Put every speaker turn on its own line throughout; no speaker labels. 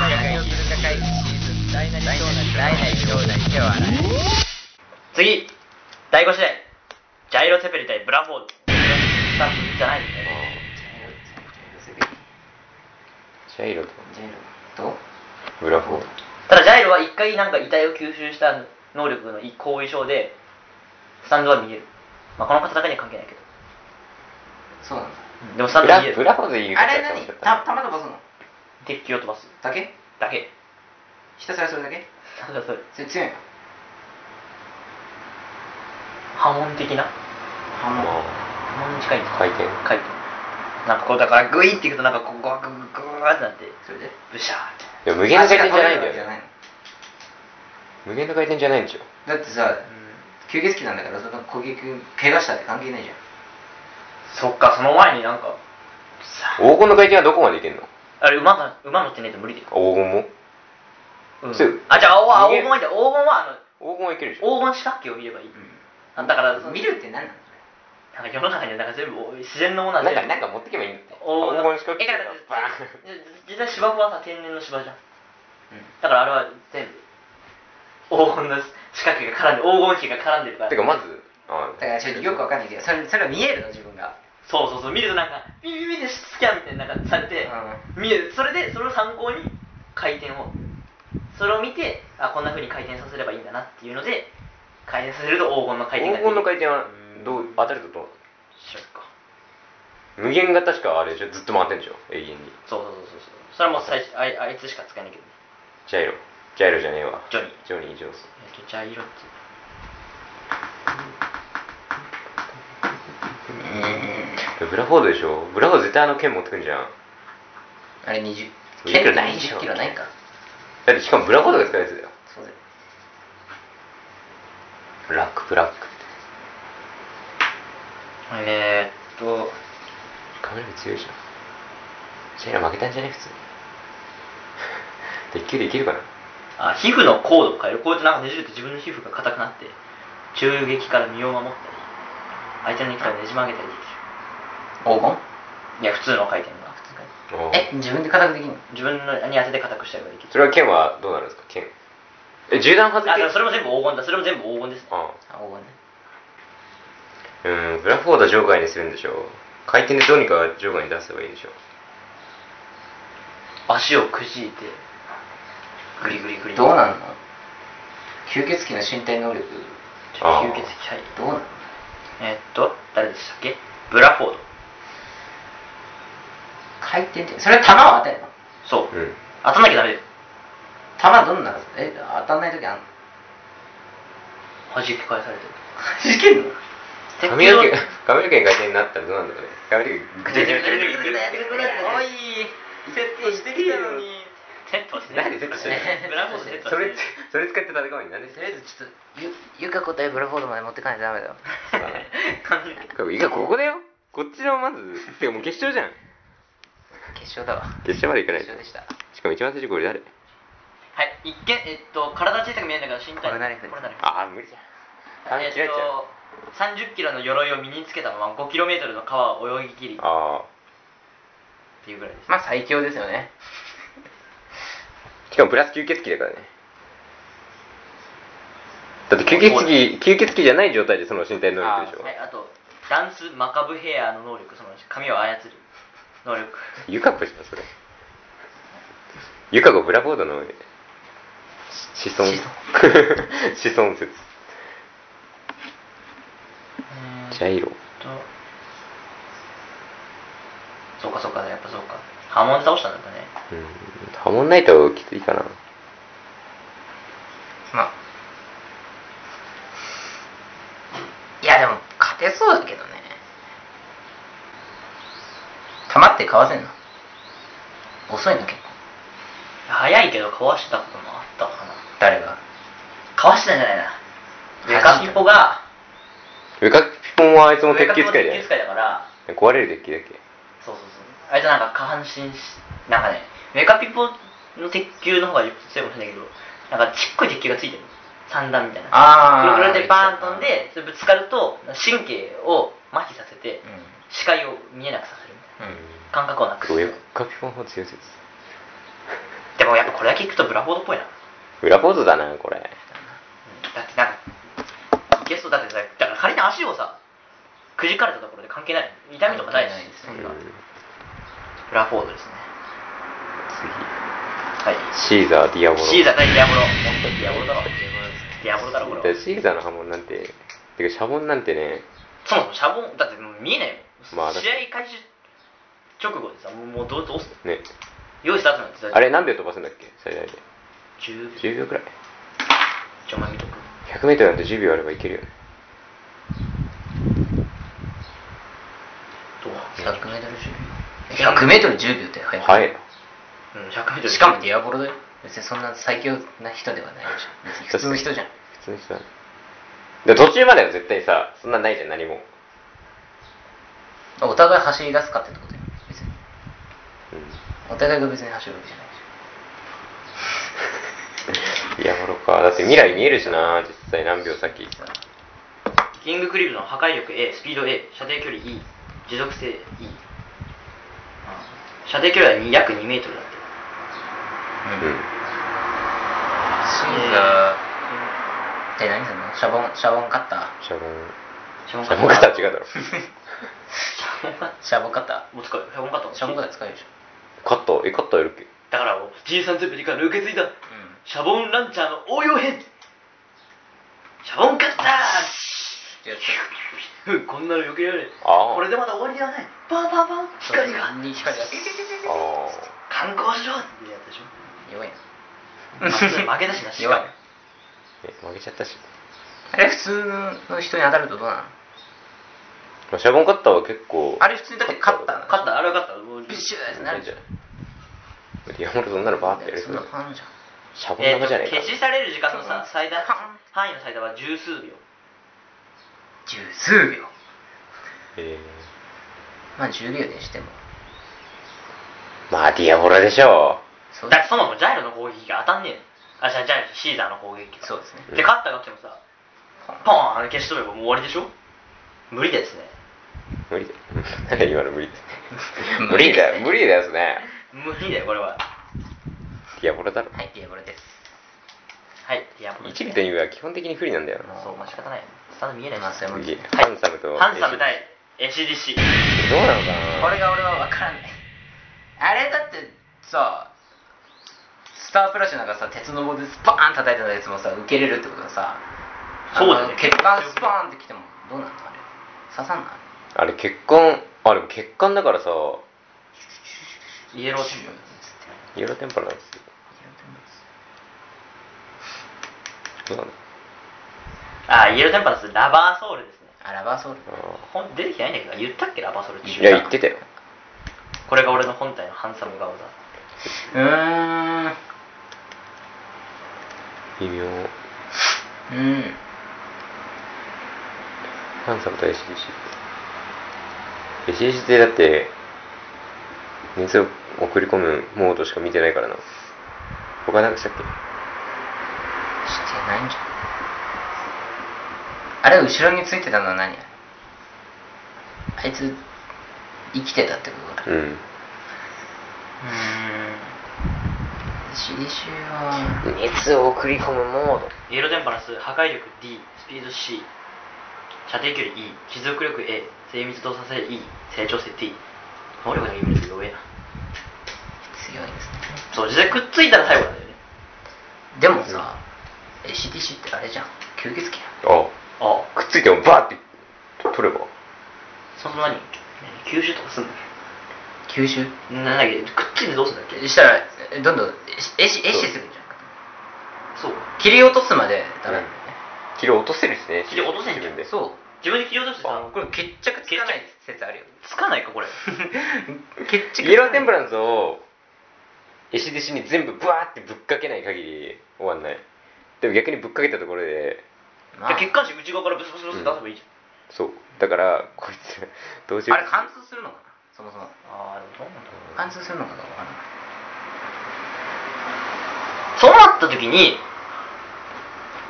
漫画界シーズン大なり小なり大なり小なり手を洗い
次第5試合ジャイロ・セペリ対ブラフォードスタッフじゃないですね
ジャイロと
ジャイロと
ブラフォード
ただジャイロは一回なんか遺体を吸収した能力の後遺症でスタンドは見える、まあ、この方だけには関係ないけど、
そうなんだ
でもスタン
ブ
ドは
ラ
見える
ブラフォード言う
あれ何
かっ
た
た
弾飛ばすの
鉄球を飛ばす
だけ
だけ
ひたすらそれだけ
なんだそれ
それ強いの
波紋的な
反応
あ
波紋に近いんです
ー
か書い
回転
てなんかこうだからグイっていくとなんかこうグワグググワってなって
それで
ブシャーって
いや無限の回転じゃないん
足が倒れるわけ
だ
じゃ
よ
ない
ね
の
無限の回転じゃないんでしょ
だってさ
うん
吸血鬼なんだからその攻撃怪我したって関係ないじゃん
そっかその前になんかさ
黄金の回転はどこまでいけんの
あれ馬が馬乗ってないと無理だよ、
黄金も
うん
そう
あじゃあ青は
逃
黄金はいい
げ
んだよ黄金はあの
黄金はいけるでしょ
黄金四角形を見ればいい、あだからその
見るって何なの
なんか世の中にはなんか全部お自然のもの
な
は
んか
全部
なんか持ってけばいいんだって
お
黄金しか
えだから
バーン
実際芝生はさ天然の芝じゃん
うん
だからあれは全部黄金の四角形が絡んで黄金比が絡んでるから
てかまずあ
だからちょっとよくわかんないけどそれそれは見えるの自分が
そうそうそう見るとなんかビビビビでスキャンみたいななんかされて、
う
見るそれでそれを参考に回転をそれを見てあこんな風に回転させればいいんだなっていうので回転させると黄金の回転が
黄金の回
転
転はどう当たるとどう
しょっか
無限が確かあれでしょずっと回ってんでしょ永遠に
そうそうそうそうそうそれはもう最初あいあいつしか使えないけどね
ジャイロジャイロじゃねえわ
ジョニー
ジョニー・ジョース
えっと茶色って
ブラフォードでしょブラフォード絶対あの剣持ってくんじゃん
あれ20
見え
剣
るの
ない20キロないか
だってしかもブラフォードが使うやつだよ
そうだよ
ブラックブラック
えー、っと
カメラ強いじゃんジャイロ負けたんじゃね普通に鉄球でいけるかな
あ皮膚のコードを変えるこうやってなんかねじると自分の皮膚が硬くなって中撃から身を守ったり相手の肉体をねじ曲げたりでき
黄金
るいや普通の回転が
おー
え自分で固くできんの
自分のに当てて硬くしたりができる
それは剣はどうなるんですか剣え銃弾外れ
あでもそれも全部黄金だそれも全部黄金ですね
あ
あ黄金ね
あうんブラフォード場外にするんでしょ回転でどうにか場外に出せばいいんでしょ
足をくじいてグリグリグリ
どうなんの吸血鬼の身体能力
ちょっと吸血鬼はい
どうなの
えーっと誰でしたっけブラフォード
回転ってそれは弾は当たるの
そう、
うん
当たんなきゃダメだよ
弾どんなえ当たんない時あんの
弾き返されてる
弾けんの
鉄
髪
球
の毛が髪の毛が回転になったらどうなんだろうね髪の毛ぐちゃぐちゃぐちゃぐちゃ
おいセットし
ぐちゃ
てきたのにセットして
なんでセットして
ブラボーセット
それそれ使って戦うのになんで
とりあえずちょっとゆゆか子対ブラフォードまで持ってかないとダメだよ
髪の毛
いやここだよこっちのまずてかもう決勝じゃん
決勝だわ
決勝までいかない
決勝
と
でした
しかも一番最初これ誰
はい一見えっと体小さく見えるんだけど身体
これナイフ
これナイフ
ああ無理じゃん髪
えっ
切られちゃう
と30キロの鎧を身につけたまま5キロメートルの川を泳ぎ切りっ
あ
ていうぐらいです
まあ最強ですよね
あしかもプラス吸血鬼だからねだって吸血鬼吸血鬼じゃない状態でその身体能力でしょ
はいあとダンスマカブヘアの能力その髪を操る能力
ゆかこじゃんそれゆかこブラボードのし子孫 子孫説ジャイロ
とそうかそうかやっぱそうか波紋で倒したんだったね
うんハモンナイトきついかな
まあいやでも勝てそうだけどね弾ってかわせんの遅いの結構
早いけどかわしてたこともあったかな
誰が
かわしてたんじゃないな
はい
上かピポが
ウカピポンはあいつも
上
鉄
か
球
ピポ
使い
鉄
じゃ
球使いだから
ん壊れる鉄球だっけ
そうそうそうあいつなんか下半身しなんかねメカピポの鉄球の方が強いかもしれないけどなんかちっこい鉄球がついてる三段みたいな
あ
ぐるぐるでバーン飛んでそれぶつかると神経を麻痺させて視界を見えなくさせるみたいな感覚をなくす
ウカピポンは強い説
でもやっぱこれだけ聞くとブラフォードっぽいな、うん
裏ポーズだな、これ。
だってなんかゲストだってさだから仮に足をさくじかれたところで関係ない痛みとかないし
ないです
そ
うんん
なブラフォードですねはい
シーザー、ディアボロ。
シーザー対ディアボロ本当にディアボロだろディアボロだろこれ
だっ
は
てシーザーの波紋なんて、てか、シャボンなんてね、
そもそもシャボンだってもう見えないよ、
まあだって
試合開始直後でさもうもうどうどうす
ね、
用意スタートなんてさ
あれ何秒飛ばすんだっけ最大で。
10
10秒くらい。
ちょお前見とく
100メートルなんて10秒あればいけるよね。
どう
100メートル10秒。100メートル10秒って速い。
早いな。
うん 100m
しかもディアボロだよ。別にそんな最強な人ではないでしょ。別に普通の人じゃん。
普通の人だね。で途中までは絶対さ、そんなないじゃん、何も。
お互い走り出すかってことよ。別に。
うん。
お互いが別に走るわけじゃないでし
ディアボロか。だって未来見えるしな、実際何秒先。
キングクリルの破壊力 A、スピード A、射程距離 E、持続性 E。射程距離は2約2メートルだって。
ょ。
うん。
シーザー。え、何そのシャボン、シャボンカッタ
シャボン。
シャボン
シ
カ
ャ
ッ
ボン
タ
型
ー。
は違うだろ。
シャボンカッタ
ー。シャボンカッタ
ー。もう使うよ。シャボンカッター
ー。
も
シャボンカッター使うでしょ。
カット、え、カットやるっけ
だからもう、G さん全部から受け継いだ。
うん。
シャボンランチャーの応用編。シャボンカッタ
じゃあ
ーふうこんなのよけられない。
ああ
これでまだ終わりではない。パンパンパン光が。
に光が。
あ
観光しろってやつでしょ。
弱いな。
負けだしな、しか
弱い
も。
ー。ね、負けちゃったし。
あれ普通の人に当たるとどうなの
まあシャボンカッターは結構。
あれ普通にだってカッターなの
勝った、あれは勝った。もう
ビシューってなるじゃん
ディアボロそんなのバーってやる
そ
人
んな
だ
ファンじゃん
シャボン
えー
玉
と
じゃねえか。
消し去れる時間のさ最大
パン
範囲の最大は十数秒
十数秒
え
まあ10秒にしても
ー、まあ、ディアボロでしょ
そう
だってそもそもジャイロの攻撃が当たんねえのあじゃあジャイロシーザーの攻撃が
そうですね
で勝ったが来てもさポーンあれ消し止めればもう終わりでしょ無理ですね
う。無理だよ。何今の無理だよ。無理だよ、無理だよ、ね。
無理だよこれは
ディアボロだろ。
はいディアボロです
はいいやもう
一理と二理は基本的に不利なんだよな。
そうまあ仕方ないスタンド見えない
まあそれも
次、
はい
ハンサムと。
ハンサム対 ACDC
どうなのかな
これが俺は分からないあれだってさスタープラッシュなんかさ鉄の棒でスパーン叩いてたやつもさ受けれるってことはさ
そうだね
あの血管スパーンってきてもどうなのあれ刺さんのあれ
あれ、血管、あ、でも血管だからさ、
イエローチーム
イエローテンパラなんですよ。どうなの
あイエローテンパラスラバーソウルですね
あラバーソール
あ
ほん出てきてないんだけど言ったっけラバーソウルって
ーいや、言ってたよ。
これが俺の本体のハンサム顔だ
うーん
微妙。
うん
ハンサムと ACDC。ACDC ってだって、熱を送り込むモードしか見てないからな。他なんかしたっけ
してないんじゃんあれ後ろについてたのは何あいつ生きてたってことか、
うん。
シリシュは
熱を送り込むモード。
イエローテンパラス破壊力 D スピード C 射程距離 E 持続力 A 精密動作性 E 成長性 T 能力だけ見ると弱えな
強いですね
そう実際くっついたら最後なんだよね
でもさ、ACDC ってあれじゃん吸血鬼や
あ
ああ
あ。くっついてもバーって取れば。
その何吸収とかすんだっ
吸収
けなんだっけくっついてどうすんだっけ
したらえどんどん壊死するんじゃん
そう
切り落とすまでダメなんだよね、
切り落とせるしね。
切り落とせんじゃん
自分で。
そう
自分で切り落としてさ
これ決着つかない説あるよ
つかないかこれ
決着つかない
イエローテンブランスを ACDC に全部バーってぶっかけない限り終わんない。でも逆にぶっかけたところで、
まあ
血管支内側からブスブスブスって出せばいいじ
そう。だから、こいつ、どうしよう。
あれ貫通するのかなそもそも
ゃん、ああでもどうなんだろう
貫通するのかが分からない
そうなった時に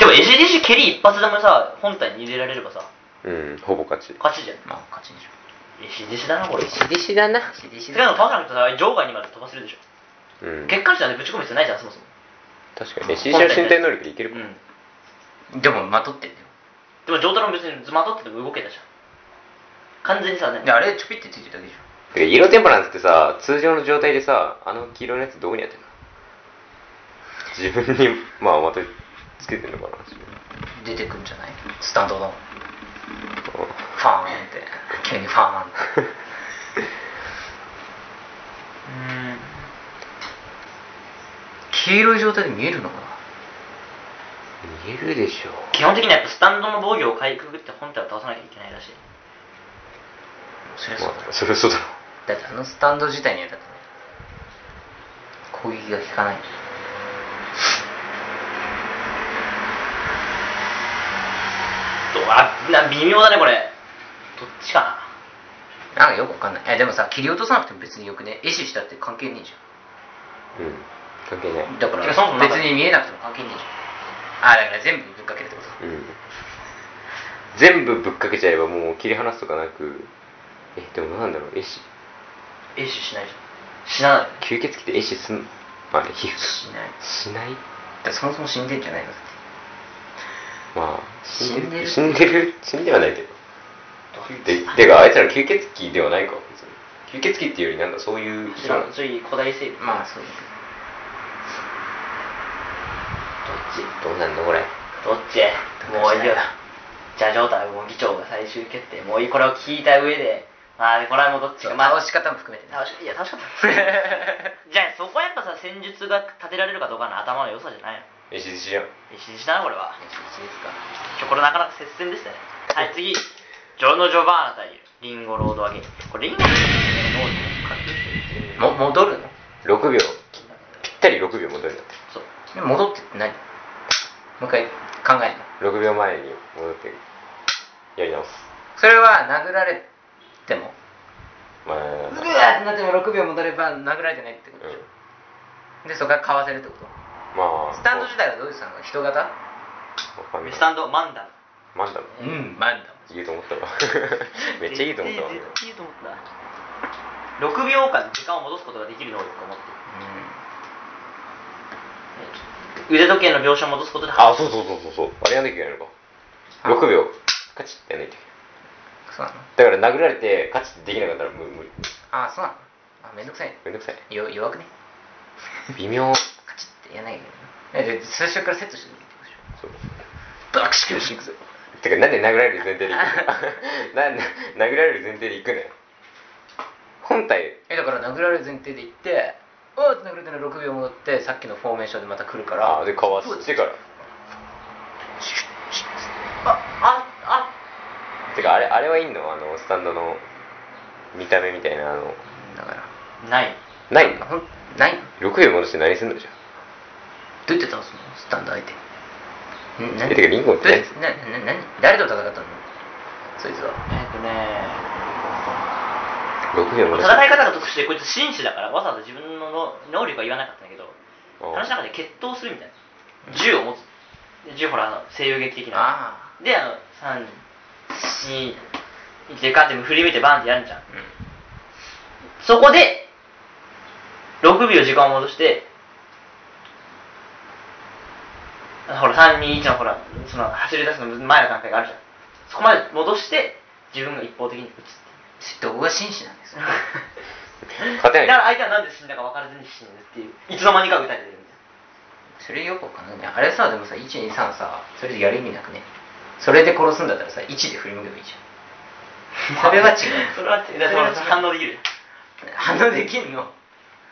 でも ACDC 蹴り一発でもさ本体に入れられればさ
うん、ほぼ勝ち。
勝ちじゃん
まあ勝ちでしょ
ACDC だなこれは
ACDC だな。
世
CDC
界のパーソナルとさ場外にまで飛ばせるでしょ
うん
月刊誌なんてぶち込む必要ないじゃんそもそも
確かにね CC の身体能力でいけるか
うん
ら、
でもまとってんだよ
でも上太郎も別にまとってても動けたじゃん完全にさ
であれちょぴってついてたでしょ
てかイエローテンパランスってさ通常の状態でさあの黄色のやつどこにやってんの自分にまあまたつけてんのかな
出てくんじゃないスタンドのファーンって急にファーンって
うん
黄色い状態で見えるのかな
見えるでしょ
基本的にはやっぱスタンドの防御をかいくぐって本体を倒さなきゃいけないらしい
そりゃそうだ
まあそれ嘘だろ
だってあのスタンド自体にはだってね攻撃が効かない
どうあな微妙だねこれどっちかな
なんかよくわかんないえでもさ切り落とさなくても別によくね壊死したって関係ねえじ
うん関係ない
ゃんだから
いやそもそもなん
別
か
に見えなくても関係ねえじゃんあだから全部ぶっかけるってこと
うん全部ぶっかけちゃえばもう切り離すとかなくえでもどうなんだろうえし
永死しないじゃん死なない
吸血鬼って壊死すんあれ皮膚
しない
しない
だってそもそも死んでんじゃないのだって
まあ死んでる死
死
ん
ん
でる死んではないけど
どっ
で
ちか
てかあいつら吸血鬼ではないか別に吸血鬼っていうよりなんかそういう
知らんそういう古代生物
まあそうだ
どうなんのこれ
どっちもういいよじゃあ城太郎議長が最終決定もういいこれを聞いた上でまあこれはもうどっち
け
か
ど
まあ
倒し方も含めてね
倒しいや倒しかった じゃあそこはやっぱさ戦術が立てられるかどうかの頭の良さじゃないの
えしじゃん
石石だなこれは
一ですか
ちょこれなかなか接戦でしたねはい次ジョノ・ジョバーナ対リンゴロードアゲインこれリンゴロードアゲインの能力を確立してる
も戻るの
6秒ぴったり6秒戻るんだって
そう
で戻ってって何もう一回考えるの
6秒前に戻ってやり直す
それは殴られても
ま
うわ
あ
ーってなっても6秒戻れば殴られてないってこ
う
と
ん
でしょ、でそこからかわせるってこと
まあ
スタンド自体はどうしたのか人型
わかんない
スタンドマンダム
マンダム
うんマンダ
いいと思ったわめっちゃいいと思ったわ
絶対いいと思った6秒間時間を戻すことができる能力を持ってる腕時計の秒針を戻すことで
あそうそうそうそうそうあれやんなきゃいけないのか
あ
6秒カチッってやんないとい
そうなの
けないだから殴られてカチッってできなかったら無無理
あそうなのあめんどくさいね
めんどくさい
よ弱くね
微妙
カチッてやらなきゃいけないのえで最初からセットしてるってことでしょ
そう
バクシクシク
てかなんで殴られる前提で行くのなんで殴られる前提で行くのよ本体
えだから殴られる前提で行っておーって殴られてるの6秒戻ってさっきのフォーメーションでまた来るから
あでかわしてから
ああ
てかあれあれはいいのあのスタンドの見た目みたいなあの
だから
あない
ないの
ほんないど
6秒戻して何すんのじゃん
うやって倒すのスタンド相手ん何
えてかリンゴって
どうやってななな何誰と戦ったのそいつは
えっとね
6秒戻して
戦い方が特殊でこいつ紳士だからわざわざ自分のの能力は言わなかったんだけど話の中で決闘するみたいな銃を持つで銃ほらあの西洋劇的な
ああ
であの321でガーって振り向いてバンってやるじゃん
うん
そこで6秒時間を戻してあのほら321のほらその走り出すの前の段階があるじゃんそこまで戻して自分が一方的に撃つ
どこが紳士なんです か
勝て
だ
ない
から相手はなんで死んだか分からずに死ぬっていういつの間にか撃たれてるみたいな
それよくわかんないねあれさでもさ123さそれでやる意味なくねそれで殺すんだったらさ1で振り向けばいいじ ゃんそれは違う
それは違うだからその反応できる
反応できんの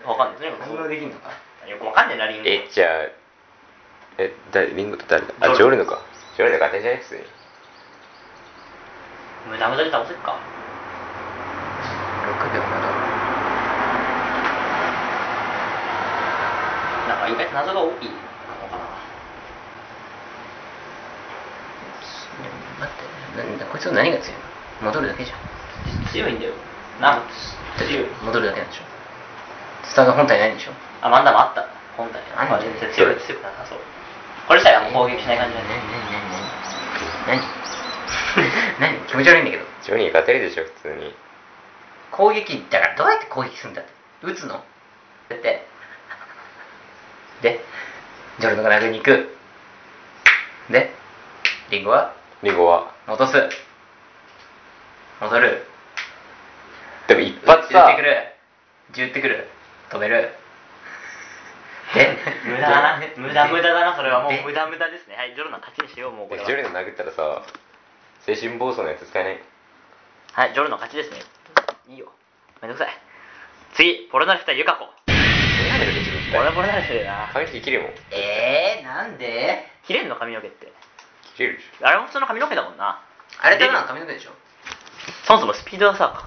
分かんないですね
反応できんのか
よく分かんないなリンゴ
えじゃあえだリンゴって誰だあジョルノかジョルノ勝てんじゃない普通に
無駄無駄に倒せっか
6秒ま
なんか意外と謎が多いのかな
だ待ってなこいつの何が強いの戻るだけじゃん
強いんだよなんか強い
戻るだけなんでしょスタンド本体ないんでしょ
あ、マンダムあった。本体。
あんの
まあ、全然強い強くなさそう。これさえあんま攻撃しない感じだね。
何何何気持ち悪いんだけど
ジョニー勝てるでしょ普通に
攻撃だからどうやって攻撃するんだって打つのだってでジョルノが殴りに行くでリンゴは
リンゴは
戻す戻る
でも一発
打っ
さ
てくる銃撃ってくる止め るで
無駄だな
で
無駄無駄だなそれはもう
で
無駄無駄ですねはいジョルノ勝ちにしようもうこれは
ジョルノ殴ったらさ精神暴走のやつ使えない
はいジョルノ勝ちですねいいよめんどくさい次ポルナレフ対ユカコ
なんで自分嫌
俺
い
はポルナレフだな
髪の毛切れるもん
えー、なんで
切れんの髪の毛って
切れるでし
あれも普通の髪の毛だもんな
あれってなんか髪の毛でしょ
そもそもスピードはさ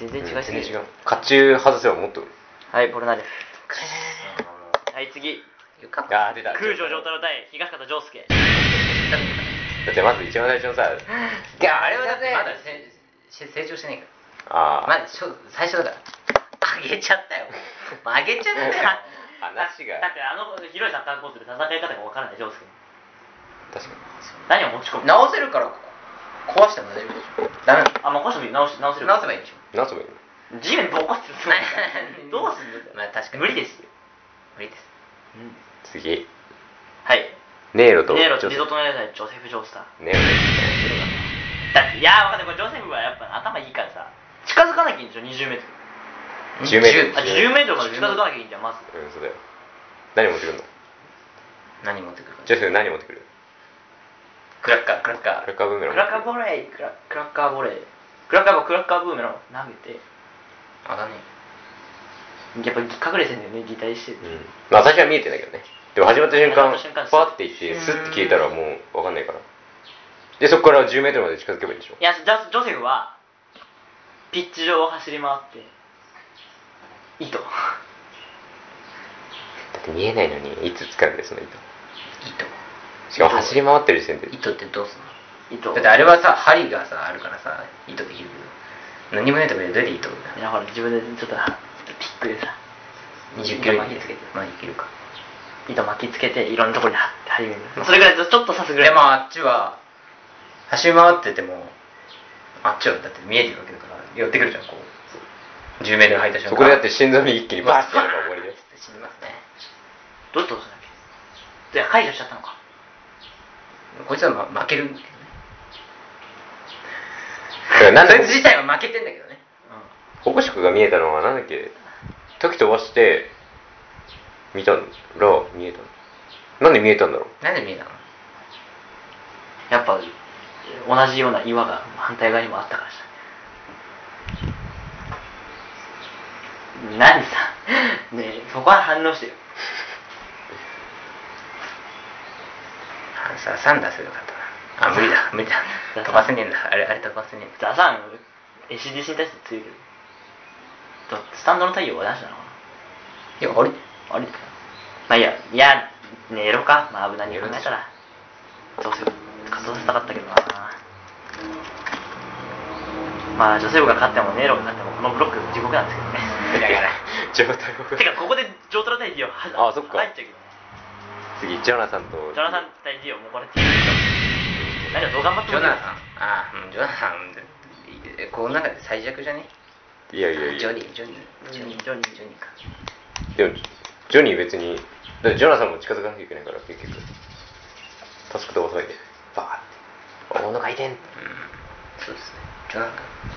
全然
ょ
違いすぎ
全然違
る
う甲冑外せばもっと
はいポルナレフはい次
よかった
あー出た
空城城太郎対東方丈介
だってまず一番最初のさ
いやあれはだってまだせし成長してないか
あ
ら
ー
まだしょ最初だからあげちゃったよあげちゃったよ
話が
だってあの広いサッカーコースで戦い方がわからない丈介
確かに
何を持ち込む
直せるから壊しても大丈夫でしょダメな
あもうこうしてもいい直し直せ
の
る
直せばいいでしょ
何それ
地面ボコってす どうすんの
まあ確かに
無理ですよ
無理です
次
はい
ネイロと
ネイロ
ジョ
リ
セ
ゾ
フ
ートのやつジョセフ・ジョースター
ネイロですね
だっていやーわかんないこれジョセフはやっぱ頭いいからさ近づかなきゃいいんでしょ20メートル
10メート
あ
ル
10メートルまで近づかなきゃいいんじゃんまず
うんそうだよ何持ってくるの
何持ってくるか
ジョセフ何持ってくる
クラッカークラッカー
クラッカーブーメラン
クラッカーボレークラクラッカーボレークラッカーボクラッカーブーメランを投げて
あだね
やっぱ隠れてんだよね擬態してる
うんまあ最初は見えてないけどねでも始まった瞬
始ま
間
った瞬間
パーっていってスッて消えたらもう分かんないからでそこから10メートルまで近づけばいいでしょ
いやジョジョセフはピッチ上を走り回っていい と
だって見えないのにいつ使うんですその糸
糸
しかも走り回ってる時点で
糸ってどうすんの
いいと
だってあれはさ針がさあるからさ糸できるけど何もないとこでどうやって糸を
いやほら自分でちょっとピックでさ
20キロ
糸巻きつけて
まあいけるか
糸巻きつけていろんなところに貼って針金それぐらいちょちょっと刺すぐら
で
い
もあっちは走り回っててもあっちはだって見えてるわけだから寄ってくるじゃんこう10メートル入った瞬間
そこでだって心臓に一気にバーッてやれば終わりで
死にますね
どうやって落とすんだっけで解除しちゃったのか
こいつは、ま、負けるんだけどね
だからなん
そ
で
いつ自体は負けてんだけどね
保護色が見えたのはなんだっけ時飛ばして見たら見えたのなんで見えたんだろう
なんで見えたの
やっぱ同じような岩が反対側にもあったからさ何さねえそこは反応してよ
あのさ3出せばよかったなあ無理だ無理だ飛ばせねえんだあれあれ飛ばせねえんだ
ザサン ACDC に対して強いけどどスタンドの太陽は何したのか
いやあれ
なあれまあいいやいやねエロかまあ危ないに考えたらどうせ活動させたかったけどなまあ女性部が勝ってもネロが勝ってもこのブロック地獄なんですけどね
だから
状態を
てかここでジョートラ対ディオは
あそっか
入っちゃうけど
次ジョナサンと
ジョナサン対ディオもうこれ T でしょ何かどう頑張って
ジョ
も
ナサンああうんジョナサンえこの中で最弱じゃね
いやいやい
ジョ
や
ニージョニージョニージョニージョニーか
でもジョニー別にだってジョナサンも近づかなきゃいけないから結局タスク飛ばさないでバーッてお腹痛いん
うんそうですねジョナサ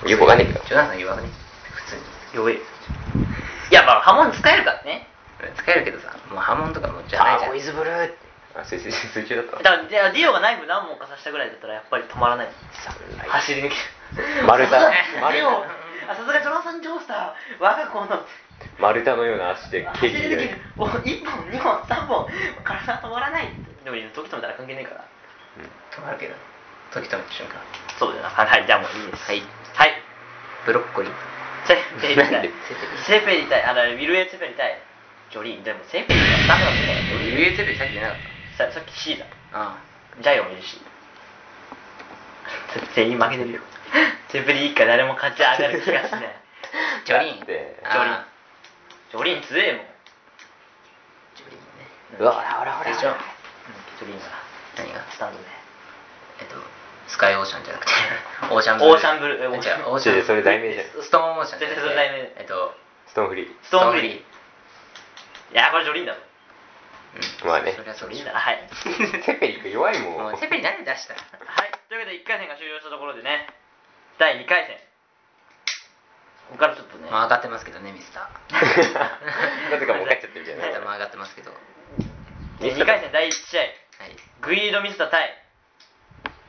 ン
よくわかんないけど
ジョナサン弱くね普通に
弱いいやまあ波紋使えるからね
使えるけどさもう波紋とかもうじゃない
あ
じゃ
ー
ん
ボイズブルーってあ水水水中だった
だからじゃあディオがナイフ何本か刺したぐらいだったらやっぱり止まらない走り抜ける
丸太
デ
丸
ィオあさすがジョナサン・ジョースター我が子の
丸太のような足で
走
ケー
り抜け
キみたい
るお1本2本3本体止まらないでも時止めたら関係ねえから
止まるけど時止めた瞬間
そうだよなはいじゃあもういいです
はい
はい
ブロッコリー
セフェリ
な
対
んで
セフェリ対あのウィル・エツェフェリ対ジョリーンでもセフェリ対ダメだね
え
ウィル
ユーテレビさっき出なかっ
ささっき C だ
たあ
ジャイオンもいるし全員負けてるよセフェリ以下誰も勝ち上がる気がしない
あジョリーン
だって
あー
ジョリーン強えもん
ジョリーンね
うわほらほらほら
でしょ
ジョリーンが
何が
スタンドで
えっとスカイオーシャンじ ゃなくてオーシャン
オーシャンブルーえオーシャン
違うオーシャン
それ題名じゃん
ストーンオーシャンじゃなく
それ
て
題名
えっと
ストーンフリー
ストーンフリーいやこれジョリーンだろ
うん
まあね
そりゃそうで
いい
し
ん
ょ
だなはい
テペリック弱い も
も
ん
うセペリ何で出した
はい、というわけで1回戦が終了したところでね、第2回戦。ここからちょっとね、
まあ上がってますけどねミスター
なぜかもう帰っちゃってるけど
ミス
ね
ターも上がってますけどはい
2回戦第1試合、グイードミスター対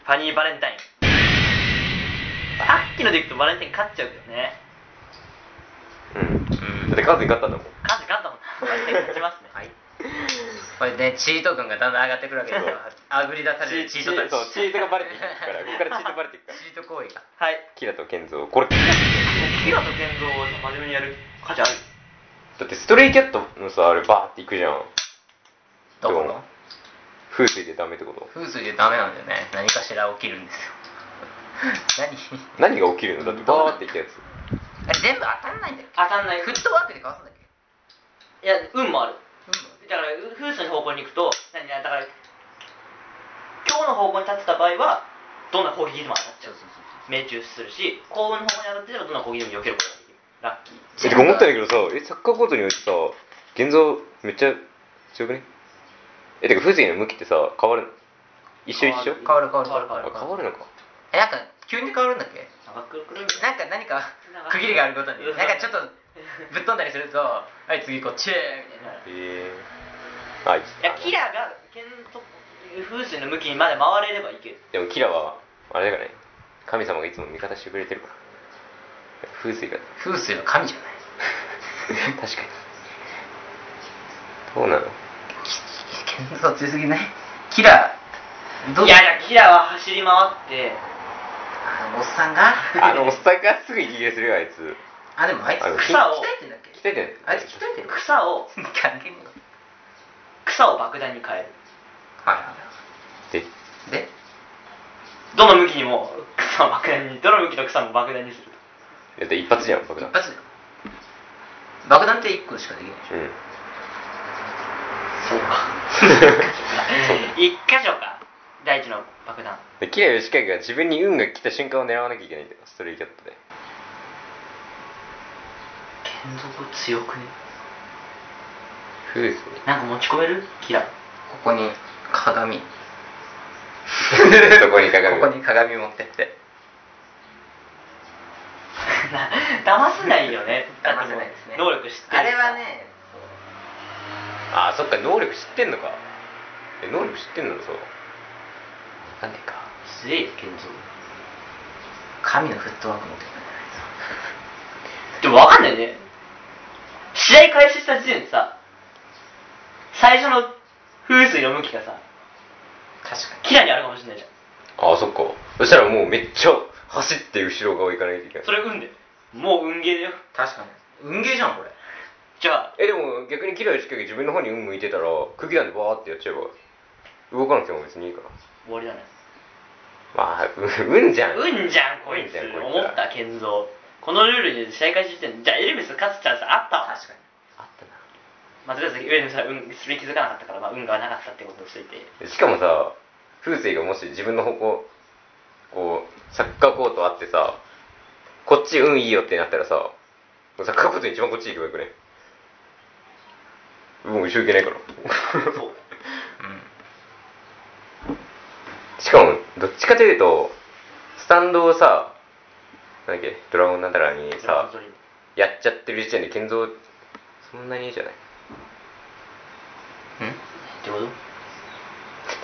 ファニーバレンタイン。さっきのでいくとバレンタイン勝っちゃうけどね。
うんだってカズに勝ったんだもん
勝って勝ったもんな。バレンタイン勝ちますね。
はいこれねチート軍がだんだん上がってくるわけですよあぶり出されるチートたち
そうチートがバレてい くからここからチートバレていくから
チート行為が
はい。
キラとケンゾーこれ
キラと健三を真面目にやる価値ある。
だってストレイキャットのさあれバーっていくじゃん
どこ
どう
の
も風水でダメってこと
風水でダメなんだよね何かしら起きるんですよ 何
何が起きるのだってバーっていくやつ
あれ全部当たんないんだよ
当たんない。
フットワークでかわすんだっけ
いや、運もある。
うん
だから、フースの方向に行くと、何だから、今日の方向に立ってた場合は、どんな攻撃でも当たっちゃう。命中するし、幸運の方向に当たってれば、どんな攻撃でも避けることができる。ラッキー。
えてか思ったんだけどさえサッカーコートにおいてさ現像めっちゃ強くねえてか風水の向きってさ変わるの一緒一緒
変わる変わる
変わる変わ
あ
る。
変わるのか
えなんか急に変わるんだっけ
長くくる
なんか何か区切りがあることになんかちょっとぶっ飛んだりすると「はい次こっち」みたいな
へえは
い
い
や、キラーが、剣と、風水の向きにまで回れればいける。
でもキラはあれだからね神様がいつも味方してくれてるから風 水が
風水は神じゃない
確かにどうなの
剣道強すぎないキラーどう
いやいや、キラーは走り回って、
あのおっさんが
あのおっさんがすぐ息切れするよあいつ
あでもあいつ
あの
草を鍛えてんだっけ
鍛えてん
あいつ鍛えてる
草を、
関係ない
草を爆弾に変える。
はいは
で
いで
どの向きにも草を爆弾に、どの向きの草も爆弾にする。
だって一発じゃん爆
一
弾
発だよ爆弾って1個しかできないでしょ
うん
そうか。 一箇所か第一の爆弾
でキラ吉川が自分に運が来た瞬間を狙わなきゃいけないんだよストレイキャットで
剣道強くね
風水
なんか持ち込めるキラ
ここに鏡こ
そこに鏡
こ
が
に鏡持ってって
な 騙せないよねだってもう
騙せないですね
能力知ってる
あれはね
あそっか能力知ってんのかえ能力知ってんのそうわかんねえか
すげえ剣道
神のフットワーク持ってくるんじ
でも分かんないね試合開始した時点でさ最初の風水の向きがさ
ゃない確か
キラにあるかもしれないじゃん
あそっかそしたらもうめっちゃ走って後ろ側行かないといけない
それ運でもう運ゲーだよ
確かに運ゲーじゃんこれ
じゃあ
えでも逆にキラー仕掛け自分の方に運向いてたら空気弾でバーってやっちゃえば動かなくても別にいいから
終わりだね
まあ運運じゃん
運じゃんこいつ
運じゃんこいつ
思った剣道このルールに試合開始時点でじゃあエルメス勝つチャンスあったわ
確かに
あった
まあ、とりあえず上野さん運それに気づかなかったから、まあ、運がなかったってことにしといて
なしかもさ風水がもし自分の方向こうサッカーコートあってさこっち運いいよってなったらさサッカーコートに一番こっち行けばよくねもう後ろ行けないから
そう
うん
しかもどっちかというとスタンドをさなんだっけドラゴンなんだらにさ
本当に
やっちゃってる時点で建造そんなにいいじゃない
ってこ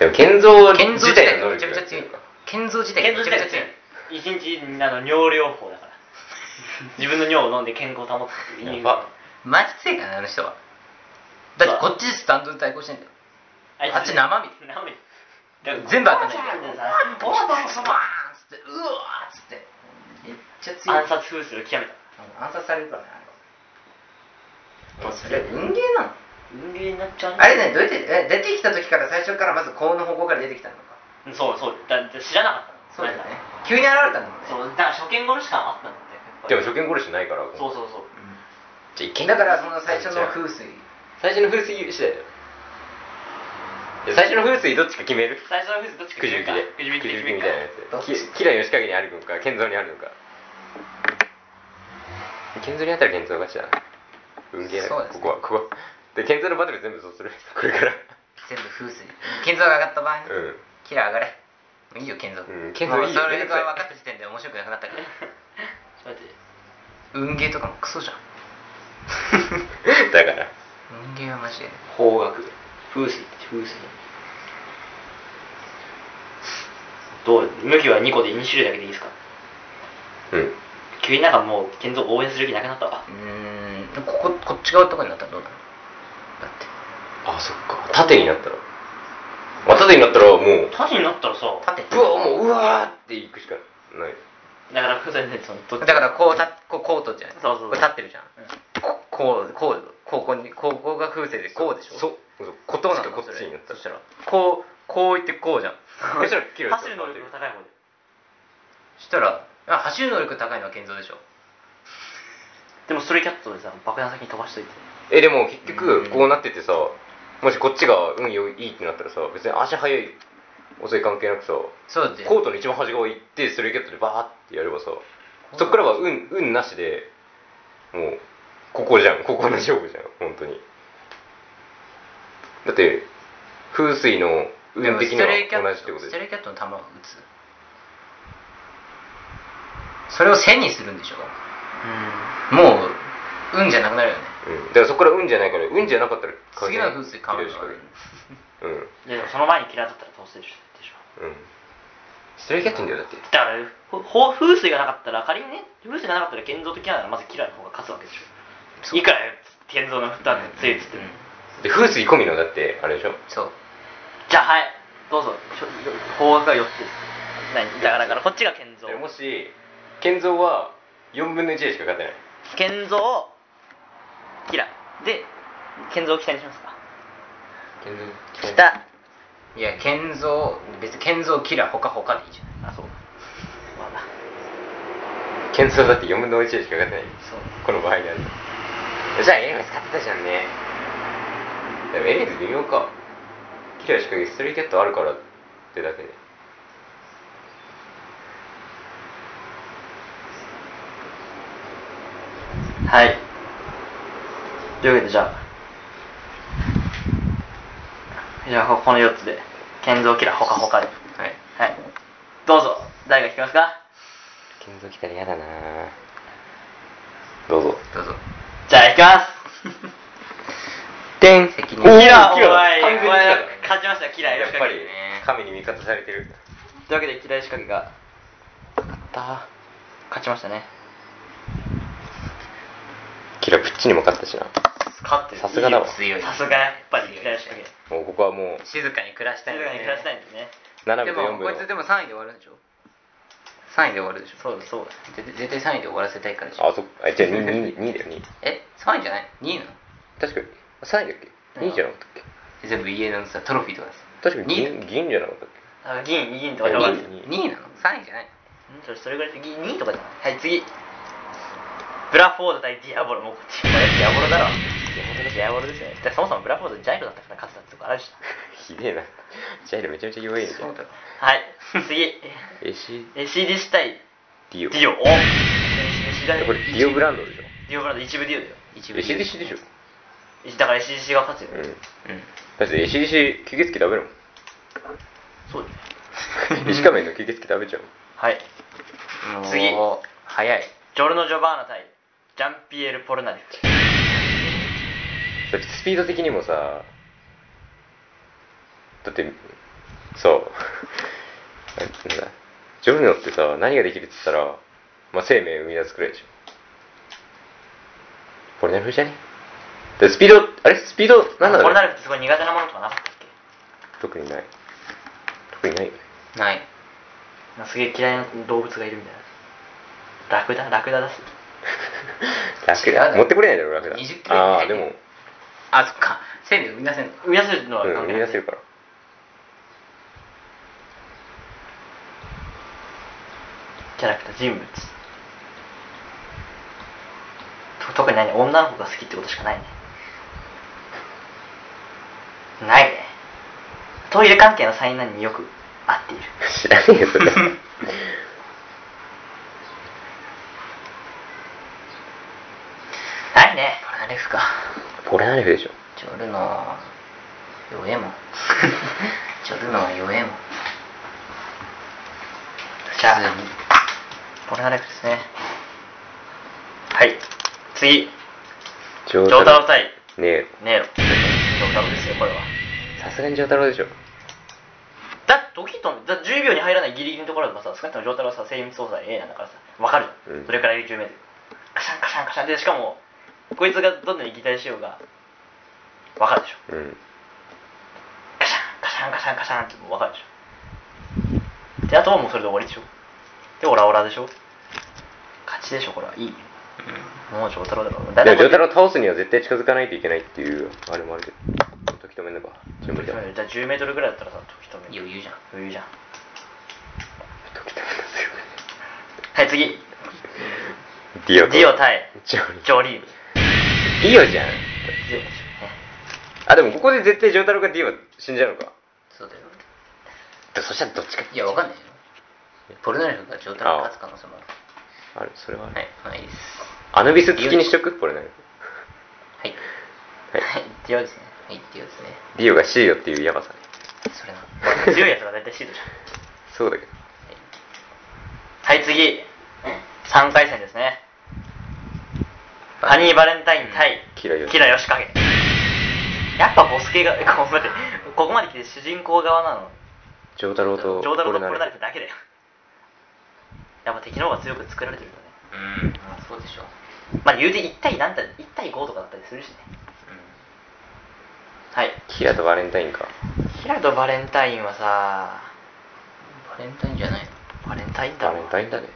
と
でも建造
建造
自
自
体
体
の
が
能
めちゃめ
力が
ちゃ強い建造自体
健
がめ
康
ち
自
ゃめ
体
ち
が
ゃ強い
一日あの尿療法だ から自分の尿を飲んで健康を保つっていう意味
やば
マジ強いからねあの人はだってこっちスタンドで対抗してんだよ
あいつ
あっち生身
生身だから
全部当たんない
ボンボンってさ
ボ
ボンボンボンボ
ンボンボンボン
ン
つってうわーっつってめっちゃ強い
暗殺風水を極めた
うん暗殺されるからねあれ
まあ
は
そ
そ
れ
れ運ゲーなの
運ゲーになっちゃうね
あれねどうやってえ出てきた時から最初からまず幸運の方向から出てきたのか
うんそうそうだって知らなかった
そ
の
うだよね急に現れたんだもんね
そうだから初見殺し感あったんだって
で
や
も
っぱり
初見殺しないから
そうそうそう
じゃあいけ
うん
な
だ
か
かららその最初の風水
最初の風水次第だよいや最初の風水どっちか決める
最初の風水どっちか
くじ引きで
くじ引き
く
で
じ引
決め
きみ
るか
たいなや
どっ
つき
ち
吉影にあるのか建造にあるのか建造にあったら建造がちだな運ゲーだ
そうですね
ここはここはで建造のバトル全部そうするこれから
全部風水建造が上がった場合ね、
うん
キラー上がれもういいよ建造、
うん建造いいよ
もうそれ
めんど
が
くさい
分かった時点で面白くなくなったから
だって
運ゲーとかもクソじゃん
だから
運ゲーはマジで
方角風水って風水どう向きは2個で2種類だけでいいですか
うん
急になんかもう建造応援する気なくなったわ
うーんこここっち側とかになったらどうなのだって
あそっか縦になったら、まあ、縦になったらもう
縦になったらさ
縦って
うわもううわーっていくしかない
だから風水でそのどっち
だからこうたこうこうとじゃない
そうそうそう
これ立ってるじゃん、
うん
ここうこうここにここが風船でこうでしょ
そそうこっ
どう
ち
な
か
の
こっ
それ
ちになった
そしたらこうこういってこうじゃん
そしたら切る
走る能力が高い方で
そしたらあ走る能力高いのは建造でしょ
でもストレイキャットでさ爆弾先に飛ばしといて
えでも結
うん
局こうなっててさもしこっちが運良いいってなったらさ別に足速い遅い関係なくさ
そうだよ
コートの一番端側行ってストレーキャットでバーってやればさそっからは運運なしでもうここじゃんここの勝負じゃん本当にだって風水の
で
運
も
的
ス
には
トレイキャッ
同
ト
じってこと
ス
で
トレイキャットの球を打つそれを線にするんでしょもう運じゃなくなるよね
うん、だからそこから運じゃないから運じゃなかったら関
次
係ない
の風水変わるのはね
うんうん
うんでもその前に嫌いだったら倒せるでしょ
ストレイキャットんだよだって
だからほほ風水がなかったら仮にね風水がなかったら建造とキラーならまずキラーの方が勝つわけでしょいくら建造の負担が強いっつっても、
うん
で風水込みのだってあれでしょ
そう
じゃあはいどうぞちょ方角が4つ何だからだからこっちが建造
でもし建造は4分の1でしか勝てない
建造キラーで建造を北にしますか
建造
北
いや建造別に建造キラーほかほかでいいじゃん
あそうまだ
建造だって4分の1でしか勝てない
そう
この場合にあるじゃあエレメス勝ってたじゃんねでもエレメス微妙かキラーしかストレイキャットあるからってだけで
はいというわけでじゃあじゃあこの4つで建造キラーほかほかで
はい
はいどうぞ誰が引きますか
建造来たら嫌だなどうぞ
どうぞ
じゃあ、行きます。でん。
責任
キラお
キラ
前、
完全にキ
お
ラ
前勝ちました、キラ
やっ
吉
ぱ
掛
り
け
ね
神に味方されてる
というわけで、キラ吉掛けが、勝った。勝ちましたね。
キラプッチにも勝ったしな
勝ってる
さすがだわ
強い
さすが、やっぱりキラ吉掛け。
もうここはもう
静かに暮らしたい
静
んだ
かに
ね
暮らしたいんですね。
7
でも
分と4
こ
分
いつ
の
でも3位で終わるんでしょ3位で終わるでしょ
そうだ、そうだ。
絶絶対3位で終わらせたいからでしょ
あそっかあじゃあ 2, 2, 2だよ2
え3位じゃない2位なの
確かに3位だっけ2位じゃなかったっ
え全部家のさトロフィーとかさ
け確かに
二位
銀銀じゃなかったっ
あ銀、銀とかで
け
終わるんですよ。
二位
2位なの3位じゃない
んそれそれぐらいで、銀、2とかじゃないはい、次。ブラフォード対ディアボロもうこっち。これディアボロだろ。ディアボロですよね。でそもそもブラフォードジャイロだったから勝てたってとこあるし。
ひでえなジャイルめちゃめちゃ弱いんじゃん
だろ
はい、次。
エシ
え CD したい
ディオ
ディオ。おこ
これディオブランドでしょ
ディオブランド一部ディオだよ
一部
エシデシでしょ
だから SDC が勝つ
う
よ、
ん
うん
だってエシデシ吸血鬼食べるも
そうだよ
ん 石仮面の吸血鬼食べちゃうもん
はい次
もう早い
ジョルノ・ジョバーナ対ジャンピエール・ポルナリフ
だってスピード的にもさだってそうあ なんだジョルノってさ何ができるって言ったら、まあ、生命を生み出すくらいでしょポルナルフじゃねでスピードあれスピードなんだ
ポルナ
ろう
リフってすごい苦手なものとかなかったっけ
特にない特にないよね
ない
なんかすげえ嫌いな動物がいるみたいなラクダラクダだし
ラク
違う
ダ
だろ
持ってこれないだろラクダ
20キロ以内
ああでも
あそっか線で生み出せんの
生み出せるのは
うん
関
生
係
み
な
出
い
せるから
キャラクター人物と特に何女の子が好きってことしかないねないねトイレ関係の災難によく合っている
知らねえよそれ
ないね
パラレフか
ポルナルフでしょ
ジョルノ弱 えもんちょるのは弱えもん
じゃあ
普通に
ポルナライフですねはい次
ジョ
上太郎対
ねえ
ネーロ上太郎ですよこれは
さすがにジョータロでしょ
だって時とだって10秒に入らないギリギリのところでもさ少なくとも丈太郎はさ精密操作 A なんだからさ分かるじゃん、
うん
どれくらい 10m カシャンカシャンカシャンでしかもこいつがどんなに擬態しようが分かるでしょ
うん
カシャンカシャンカシャンカシャンってもう分かるでしょであとはもうそれで終わりでしょでオラオラでしょ勝ちでしょこれはいいもう丈太郎だろ
でもジョータ
郎
ロ倒すには絶対近づかないといけないっていうあれもあるけど時止めんのかちょ無理
じ
だ
ゃあ
時止める
10メートルぐらいだったらさ時止める
余裕じゃん
余裕じゃん
ん
はい次
ですよ
ディオ対
ジョリ
ジョリーム
ディオじゃ
ディオ
ん
でしょね
あでもここで絶対ジョータロがディオ死んじゃうのか
そうだよ
そしたらどっちか
いやわかんないよポルナレフが上太郎に勝つ可能性もある
あれそれはある
はいまあいいです
アヌビス付きにしとくこれね
はい
はい
はいディオですねはいディオですね
ディオがシーオっていうヤバさね
それな
強いやつが大体シードじゃん
そうだけど
はい次3回戦ですねハニーバレンタイン対
キラヨシ
キラヨシカゲやっぱボス系が こう待ってここまで来て主人公側なの
ジョータロと
ジョーダルとポ
ポ
ルナ
ルナ
リ
レ
フだけだよやっぱ敵の方が強く作られてるよね
うんまあそうでしょう
まあ言うて1対何対1対5とかだったりするしねはい
キラとバレンタインか
キラとバレンタインはさ
バレンタインじゃないの
バレンタインだ
バ
ろ
レンタインだね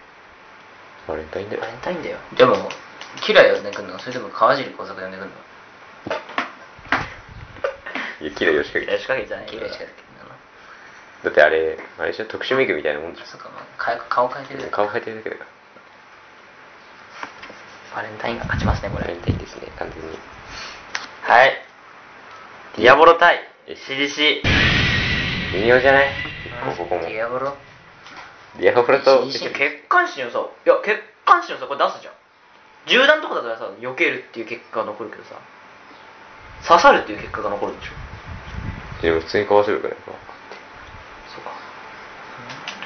バレンタインだよ
バレンタインだよ
でもキラ呼んでくんのそれとも川尻耕作呼んでくんの
いやキラヨシカ
キ
ゲ
ラヨシカゲじゃない
キ
よ
ラしかできんの
だってあれあれでしょ特殊メイクみたいなもんでし
そっかまあか顔変えてる
ょ顔変えてるだけだから
バレンタインが勝ちますねこ
バ
れ
レンタインですね完全に
はい。ディアボロ対 CDC。
微妙じゃない結構ここも
ディアボロ
ディアボロと
一
いや
緒
血管支のさ、いや、血管支のさ、これ出すじゃん。銃弾とかだったらさ、避けるっていう結果が残るけどさ、刺さるっていう結果が残るんでしょ。
でも普通にかわせるからね
そ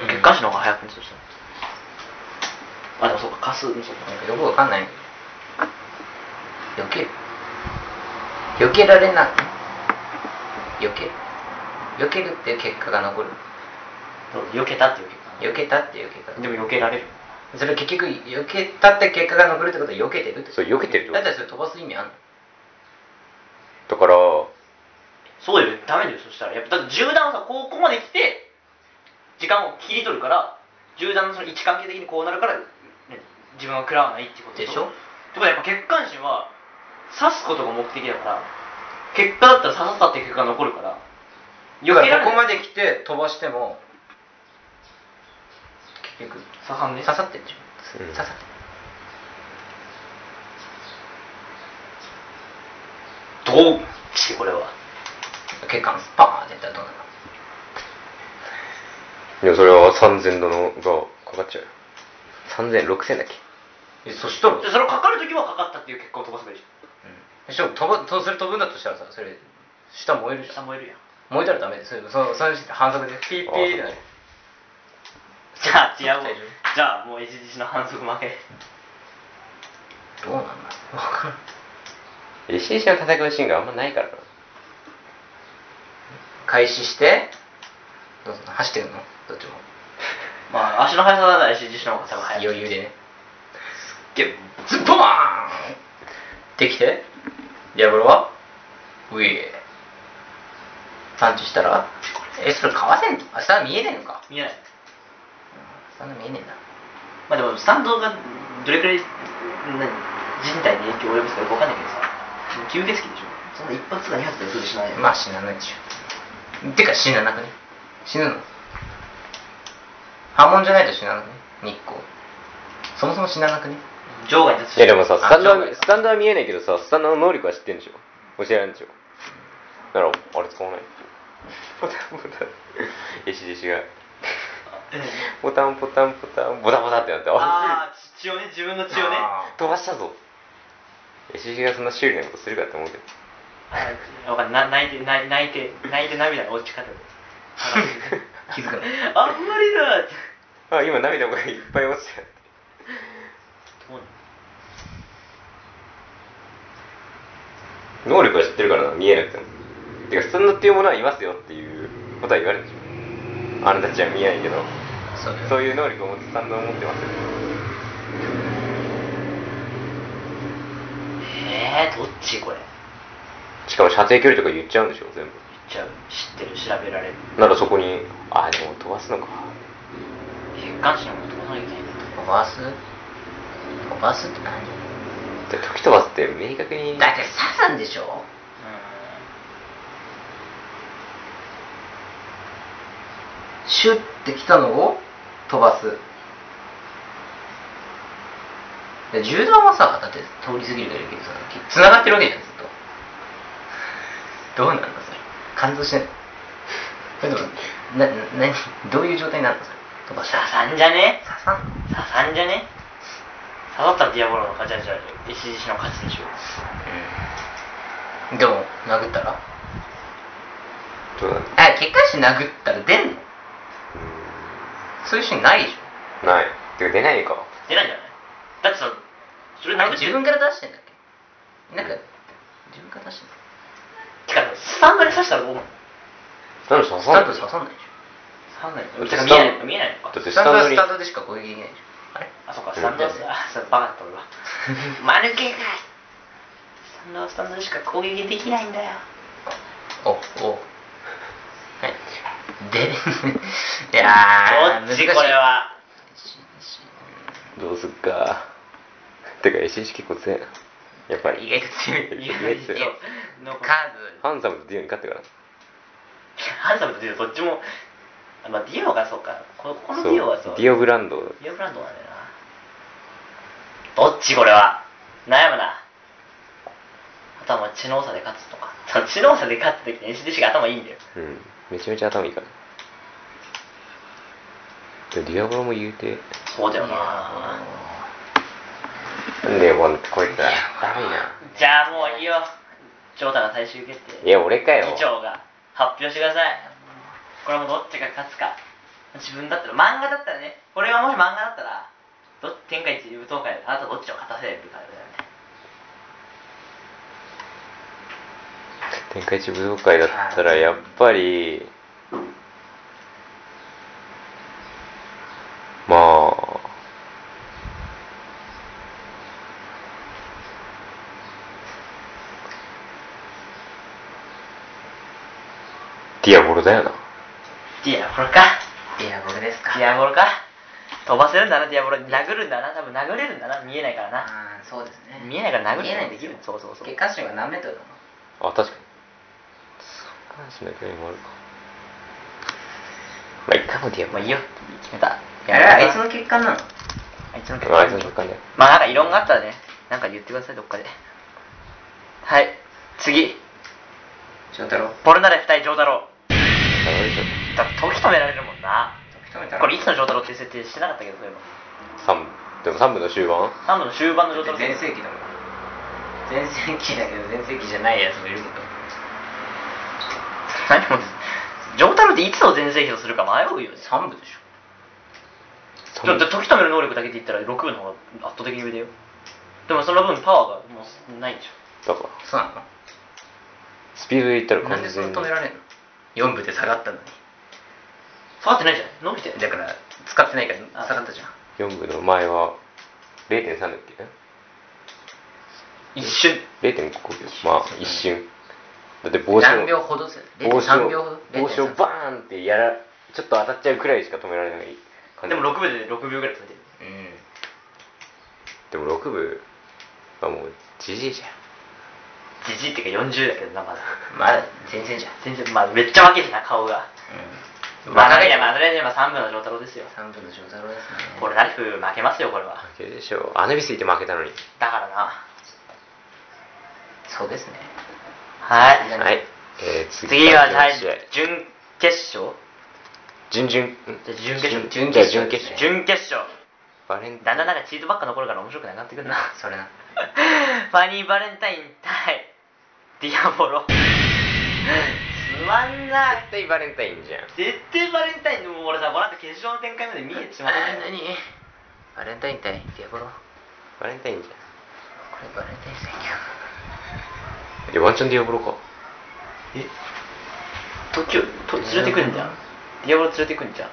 うか。血管支の方が早くね、そしたら。あ、でもそうか、カス、うんそうか。
よくわかんない避ける避けられない避ける避けるっていう結果が残る
避けたっていう結
避けたっていう結果
果。でも避けられる。
それ結局避けたって結果が残るってことは避けてるってこと
そう避けてるってこと
だったらそれ飛ばす意味あんの
だから
そうだよ、ダメだよ、そしたら。やっぱ、だって銃弾はさ、こうここまで来て、時間を切り取るから、銃弾のその位置関係的にこうなるから、ね、自分は食らわないってこと
でしょ
ってことはやっぱ血管支は、刺すことが目的だから、結果だったら刺さったって結果が残るから、避けられ
ここま
で
で来て飛ばしても結局
刺さんね。
刺さってるでしょ、
う
刺
ん
さって
どうしてこれは。
る血管スパーンっていったらどうなるの
いやそれは3000度のがかかっちゃうよ30006000だっけ
えそしたら、うん
で、それをかかるときはかかったっていう結果を飛ばせばいいじゃ
そしたら飛ばとそれ飛ぶんだとしたらさそれ下燃えるじゃ
ん。下
ん
燃えるやん。
燃えたらダメですそれそのその反則でピーピーってなる
じゃあ、違うもん
大丈
じゃあ、もう HDC の反則負け。
どうなんだろう分からん
SCC の戦うシーンがあんまないからな
開始してどうすんの走ってるのどっちも
まあ、足の速さなら HDC の方が多分速い。
余裕でね
ゲーム
ズボーンできてディアブロはウィーパンチしたらえそれかわせんのあ下見えないのか
見えない
そんな見えね
ま
えな
あでもスタンドがどれくらい何人体に影響を及ぼすかよくわかんないけどさ吸血鬼でしょそんな一発とか二発でそれしないよ
まあ死なないでしょてか死ななくね死ぬの波紋じゃないと死ななくね日光そもそも死ななくね
場外に立つ
いやでもさスタンド
あそう
は
です
スタンドは見えないけどさスタンドの能力は知ってんでしょ教えられんでしょだからあれ使わないボタンボタン SCC がボタンボタンボタンボタンボタンってなって
ああ血をね自分の血をね
あ
飛ばしたぞ SCC がそんな修理なことするかって思うけど
あわかんないな泣いて泣い泣いて泣いて涙が落ち方です
気づかない
あんまりだって
あ今涙がいっぱい落ちてる
どう
能力は知ってるからな見えなくてもてかそんなっていうものはいますよっていうことは言われるでしょあなたたちは見えないけど
そうだよ
そういう能力を持つ賛同を持ってます
な
よ
んえー、どっちこれ
しかも射程距離とか言っちゃうんでしょ全部
言っちゃう知ってる調べられる
ならそこにあでも飛ばすのか
血管支のこと飛ばさなきゃいけないんだ
飛ばす飛ばすって何
で時飛ばすって明確に
だってサザンでしょシュッてきたのを飛ばすで銃弾はさだって通り過ぎるからいいけどさつながってるわけじゃんずっとどうなんだそれ感動してないえでもなな何どういう状態になるのそれ飛ばし
刺
たら
さんじゃね
刺さんの
刺さんじゃね刺さったらディアボロの勝ちじゃあ SGC の勝ちでしょ
でも殴ったら
どうだ
あ結果し殴ったら出んのそういうシーンないでしょ
うんないてか出ないか
出ないんじゃないだってそのそれ
な
殴
んか
って
自分から出してんだっけなんか自分から出してんの
てかスタンドに刺したらどうなの
なんで刺
ス
さ
タンド
んの
で刺さんないでし
刺さんない
だって
てか
ス
見えない
タ
の
ン
か見えないのか
だっ
ょス
てス
タ
タ
ンドはス
ンドに
タンドでしか攻撃できないでしょあれ
あそっかスタンドは
うん
あそれバカだった俺は間抜けかスタンドはスタンドでしか攻撃できないんだよ
おおはい でいやー
ど
難
っ
しい
ちこれは
どうすっかてか SH 結構強いなやっぱ
意
り
外と強い
意外と強い
の
カー
ハンサムとデュオに勝ってから
ハンサムとディオどっちもあまあディオがそうかここのディオはそう
ディオブランド
ディオブランドなんだよなどっちこれは悩むなあとはもう知能差で勝つとかその知能差で勝つ時に SDC が頭いいんだよ
うんめちゃめちゃ頭いいからでディアボロも言うて
そうだよ
ズいや
な
なんでもうこいつはダメな
じゃあもういいよジョータが最終決定
いや俺かよ
議長が発表してくださいこれはもうどっちが勝つか自分だったら漫画だったらねこれがもし漫画だったらどっ天下一武闘会あなたどっちを勝たせるかだよね
天下一武道会だったらやっぱりまあディアボロだよな
ディアボロか
いや僕ですか
ディアボロか飛ばせるんだなディアボロ殴るんだな多分殴れるんだな見えないからな
あーそうですね
見えないから殴る
見えない
できるそうそうそう
血管腫が何メートルなの
あ確かにそうかもしれないけど今あるかまあいっかもディアボ
まあ
ロ
いいよ決めた
あれはあいつ
の
の血管なの
あいつの
まああいつの結果ね
まあなんか異論があったらね、なんか言ってください、どっかで。はい、次、
翔太郎
ポルナレフ対丈太郎。
あれでしょ
だって時止められるもんな。
止めたら
これいつの丈太郎っていう設定してなかったけど、そういえば。
三でも3部の終盤
3部の終盤の丈太郎
全盛期だもん全盛期だけど全盛期じゃないやつもいるもん
何も、丈太郎っていつを全盛期とするか迷うよね。
3部でしょ
だって時止める能力だけで言ったら6部の方が圧倒的に上だよ。でもその分パワーがもうないでしょ。
だから
そうな
スピードでいったら
のなん
完
でそ
全
れ
に
止められんの4部で下がったのに
下がってないじゃん。伸びてる。
だから使ってないから
あ
下がったじゃん
4部の前は0.3だっ
一瞬。
け ?0.5 秒まあ一瞬だって帽子
何秒
を
ほどです
帽子
3秒ほ
を
ど
帽子を
0.3
バーンってやらちょっと当たっちゃうくらいしか止められない感
で
じ
も6部で6秒ぐらい止めてる。
うん
でも6部はもうじじいじゃ
じじいっていうか40だけどな、まだ。
まだ全然じゃん
全然、まあめっちゃ若いしな、顔が。
うん
まあ、
若
い
い
や、まあ、とりあえず今3部の状太郎ですよ。
3部の翔太郎ですね
ポルナリフ負けますよ、これは。
ん負けでしょアヌビスいて負けたのに
だからな。
そうですね
はい。
はい、えー、次
次は、はい
第四、
準決勝
試合準々ん
じゃあ準決勝
準
準
決勝
じゃあ準決
準決
勝
勝。
バレンタ
だん
イ
だ
ン
んなんかチートばっか残るから面白くなくなってくるな。
それな
ファニーバレンタイン対、ディアボロつまんない
絶対バレンタインじゃん
絶対バレンタインでも俺さこの後決勝の展開まで見えてしまった
あ何バレンタイン対ディアボロこ
バレンタインじ
れバレンタイン選
ゃんいやワンチャンディアブロか
え東京と連れてくんじゃんディアボロ連れてくんじゃん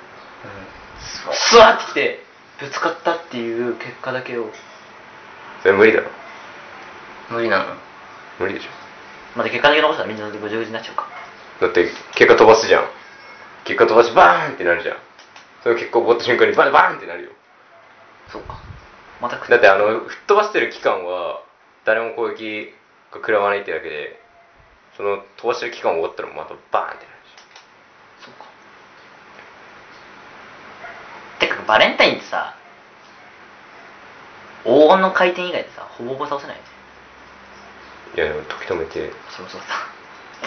挙
スワッてきてぶつかったっていう結果だけを
それ無理だろ
うん無理なの
無理でしょ
まだ結果だけ残したらみんなでぐじょぐじょになっちゃうか
だって結果飛ばすじゃん結果飛ばしバーンってなるじゃんその結果終わった瞬間にバンバーンってなるよ
そうかまた食
だってあの吹っ飛ばしてる期間は誰も攻撃が食らわないってだけでその飛ばしてる期間終わったらまたバーンってなる
そうかてかバレンタインってさ黄金の回転以外でさほぼほぼ倒せないよね
じゃんいやでも時止め て
そうそう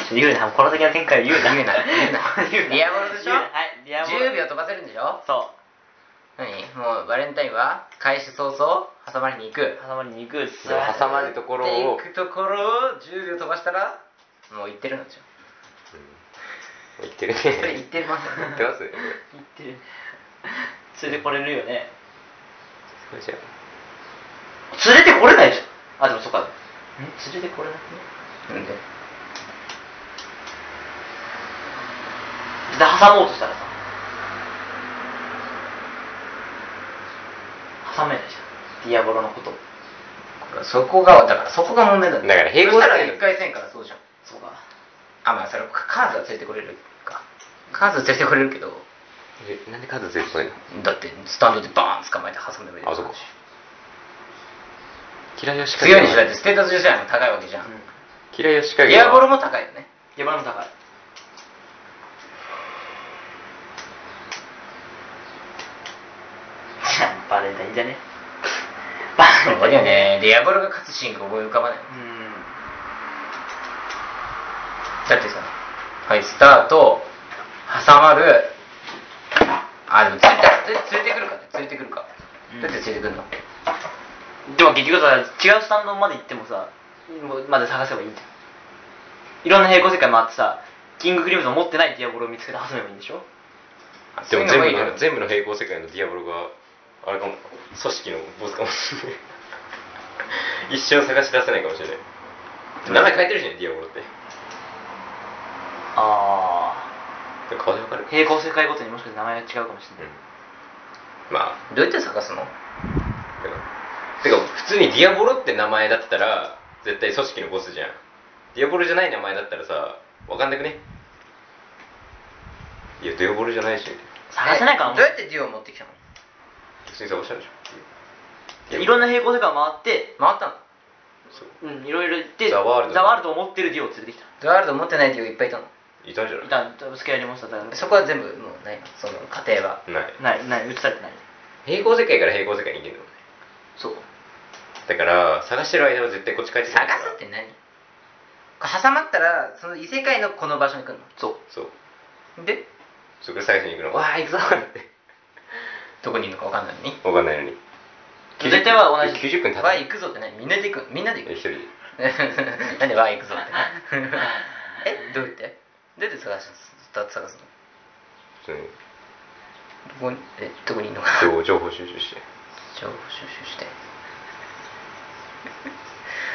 そう言うなこの先の展開を言うな
言うな言うな
言うな
ディアボロでしょ
言うなはいディアボロ
10秒飛ばせるんでしょ
そ
何もうバレンタインは開始早々挟まりに行く
う挟まりに行く
でも挟まるところを
行くところを10秒飛ばしたらもう行ってるんでしょ
言ってるね
それ言ってます
言って ます
行ってる連れてこれるよね
そうじゃん
連れてこれないじゃんあでもそっかん連れてこれなくね
なんで
で挟もうとしたらさ挟めないじゃんディアボロのこと
これそこがだからそこが問題だ
だから平行
そした
だ
ら
よ
1回戦からそうじゃん
そうか
あまあそれカーズは連れてこれるかカーズは連れてこれるけど
えなんで数全部これな
だってスタンドでバーン捕まえて挟んでもいい
あそっかキラヨシカゲ
強いにしだってステータス女子は高いわけじゃん、
うん
キラヨシカゲ
ディアボロ
は
も高いよね
ディアボロも高いじゃ あバレンタインじゃねバ
そ
レン
う
タイン
だよねディアボロが勝つシーンが思い浮かばない
うん
だってさはいスタート挟まるあでもついた連れてくるか連れてくるか、
うん
だって連れてくるの
でも結局さ違うスタンドまで行ってもさもうまで探せばいいじゃんいろんな平行世界回ってさキングクリムゾン持ってないディアボロを見つけて挟めばいいんでしょ
でも全部
の
の全部の平行世界のディアボロがあれかも組織のボスかもしれない 一生探し出せないかもしれない名前変えてるしねディアボロって
あ
でも顔でわかる
あ平行世界ごとにもしかして名前が違うかもしれない、
うんまあ
どうやって探すの
でもてか普通にディアボロって名前だったら絶対組織のボスじゃんディアボロじゃない名前だったらさわかんなくねいやディアボロじゃないし
探せないか
え
ら
どうやってデュオを持ってきたの
普通に探したんでしょ
いろん
な
な平行世界を回って
回ったの
そう
うんいろいろ行って
ザワールド
ドを持ってるディオを連れてきた
ドワールド持ってないデュオいっぱいいたの
いたんじゃない
いたスケアリーモンスターだから
そこは全部もうないのその家庭は
ない
ないない映されてない
平行世界から平行世界に行けるのね
そう
だから探してる間は絶対こっち帰ってく
探
るから
すって何これ挟まったらその異世界のこの場所に来る
そう
そう
ので
そこで探しに行くのわあ行くぞーって
どこにいるのか分かんないのに
わかんないのに
絶対は同じ
90分経
わ
た
あ
い
行くぞって何みんなで行くみんなで行く
一人で
なんでワイ行くぞって えどうやってどうやって探すの探すの
普通に
どこにえどこにいるのか
情情報収集して
情報収集して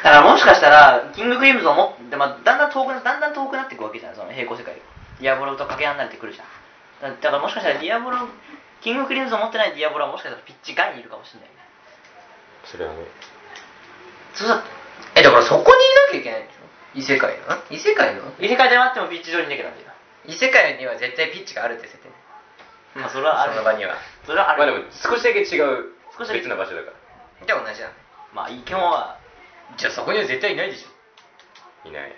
だからもしかしたらキングクリムゾンを持って、まあ、だんだん遠くなだんだん遠くなっていくわけじゃんその平行世界でディアボロと掛け離れてくるじゃんだだからもしかしたらディアボロキングクリムゾンを持ってないディアボロはもしかしたらピッチ外にいるかもしれないよね
それはね
そうだ
えだからそこにいなきゃいけないんでしょ異世界の異世界の
異世界で待ってもピッチ上にいなきゃダメだよ
異世界には絶対ピッチがあるって設定ね
まあそれはある
その場には
それはある
まあでも少しだけ違う
少しだけ
別な場所だから
じゃあ同じだ
まあいい基本は
じゃあそこには絶対いないでしょ
いない